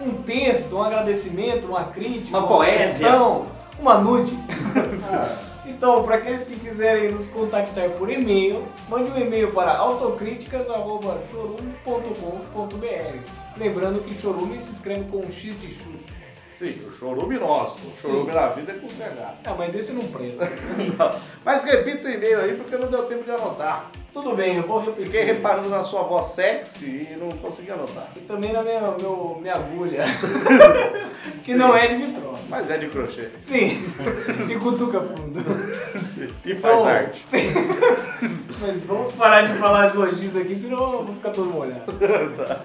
S5: um texto, um agradecimento, uma crítica,
S4: Uma poésia. Ah.
S5: sugestão, uma nude. Então, para aqueles que quiserem nos contactar por e-mail, mande um e-mail para autocríticas.chorume.com.br. Lembrando que chorume se escreve com um X de Xuxa.
S3: Sim, o Chorume nosso. O Chorume
S5: Sim.
S3: na vida é com PH.
S5: Ah, mas esse não presta.
S3: Mas repita o e-mail aí porque não deu tempo de anotar.
S5: Tudo bem, eu vou repetir.
S3: Fiquei reparando na sua voz sexy e não consegui anotar.
S5: E também na minha, meu- minha agulha. que não é de vitrola.
S3: Mas é de crochê.
S5: Sim. E cutuca fundo.
S3: E faz
S5: Então,
S3: arte.
S5: Mas vamos parar de falar as logias aqui, senão eu vou ficar todo molhado.
S3: Tá.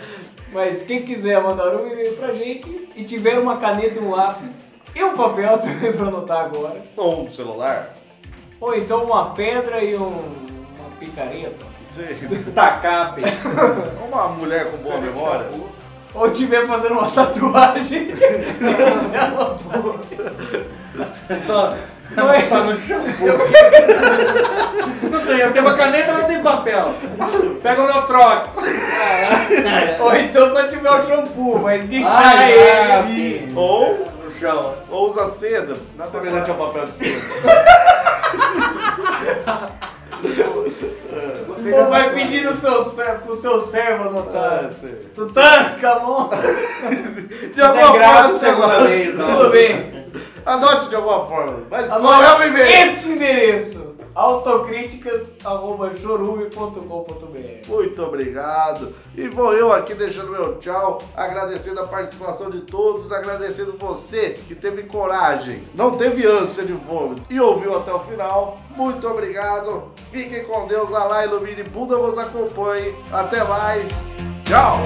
S5: Mas quem quiser mandar um e-mail pra gente e tiver uma caneta e um lápis e um papel também pra anotar agora.
S3: Ou um celular.
S5: Ou então uma pedra e um- uma picareta.
S3: Sim.
S4: Tacape.
S3: Uma mulher com boa memória.
S5: Ou tiver fazendo uma tatuagem. Você anotou.
S4: Não é no shampoo. Não tem, eu tenho uma caneta, mas não tem papel. Pega o meu troque.
S5: Ou então só tiver o shampoo, vai esguichar
S4: Ah,
S5: ele.
S4: sim.
S3: Ou,
S4: No chão.
S3: ou usa seda.
S4: Na verdade é o papel de cima.
S5: O povo vai pedir no seu, ser- pro seu servo anotar.
S3: Ah, sei.
S5: Tu tanca, amor.
S3: De alguma
S4: graça
S3: forma, você
S4: segunda
S3: agora.
S4: vez, né? não.
S5: Tudo bem.
S3: Anote de alguma forma. Mas qual é o e-mail?
S5: Este endereço. autocríticas.chorume.com.br
S3: Muito obrigado. E vou eu aqui deixando meu tchau, agradecendo a participação de todos, agradecendo você que teve coragem, não teve ânsia de vômito e ouviu até o final. Muito obrigado. Fiquem com Deus, Alá, ilumine, Buda vos acompanhe. Até mais. Tchau.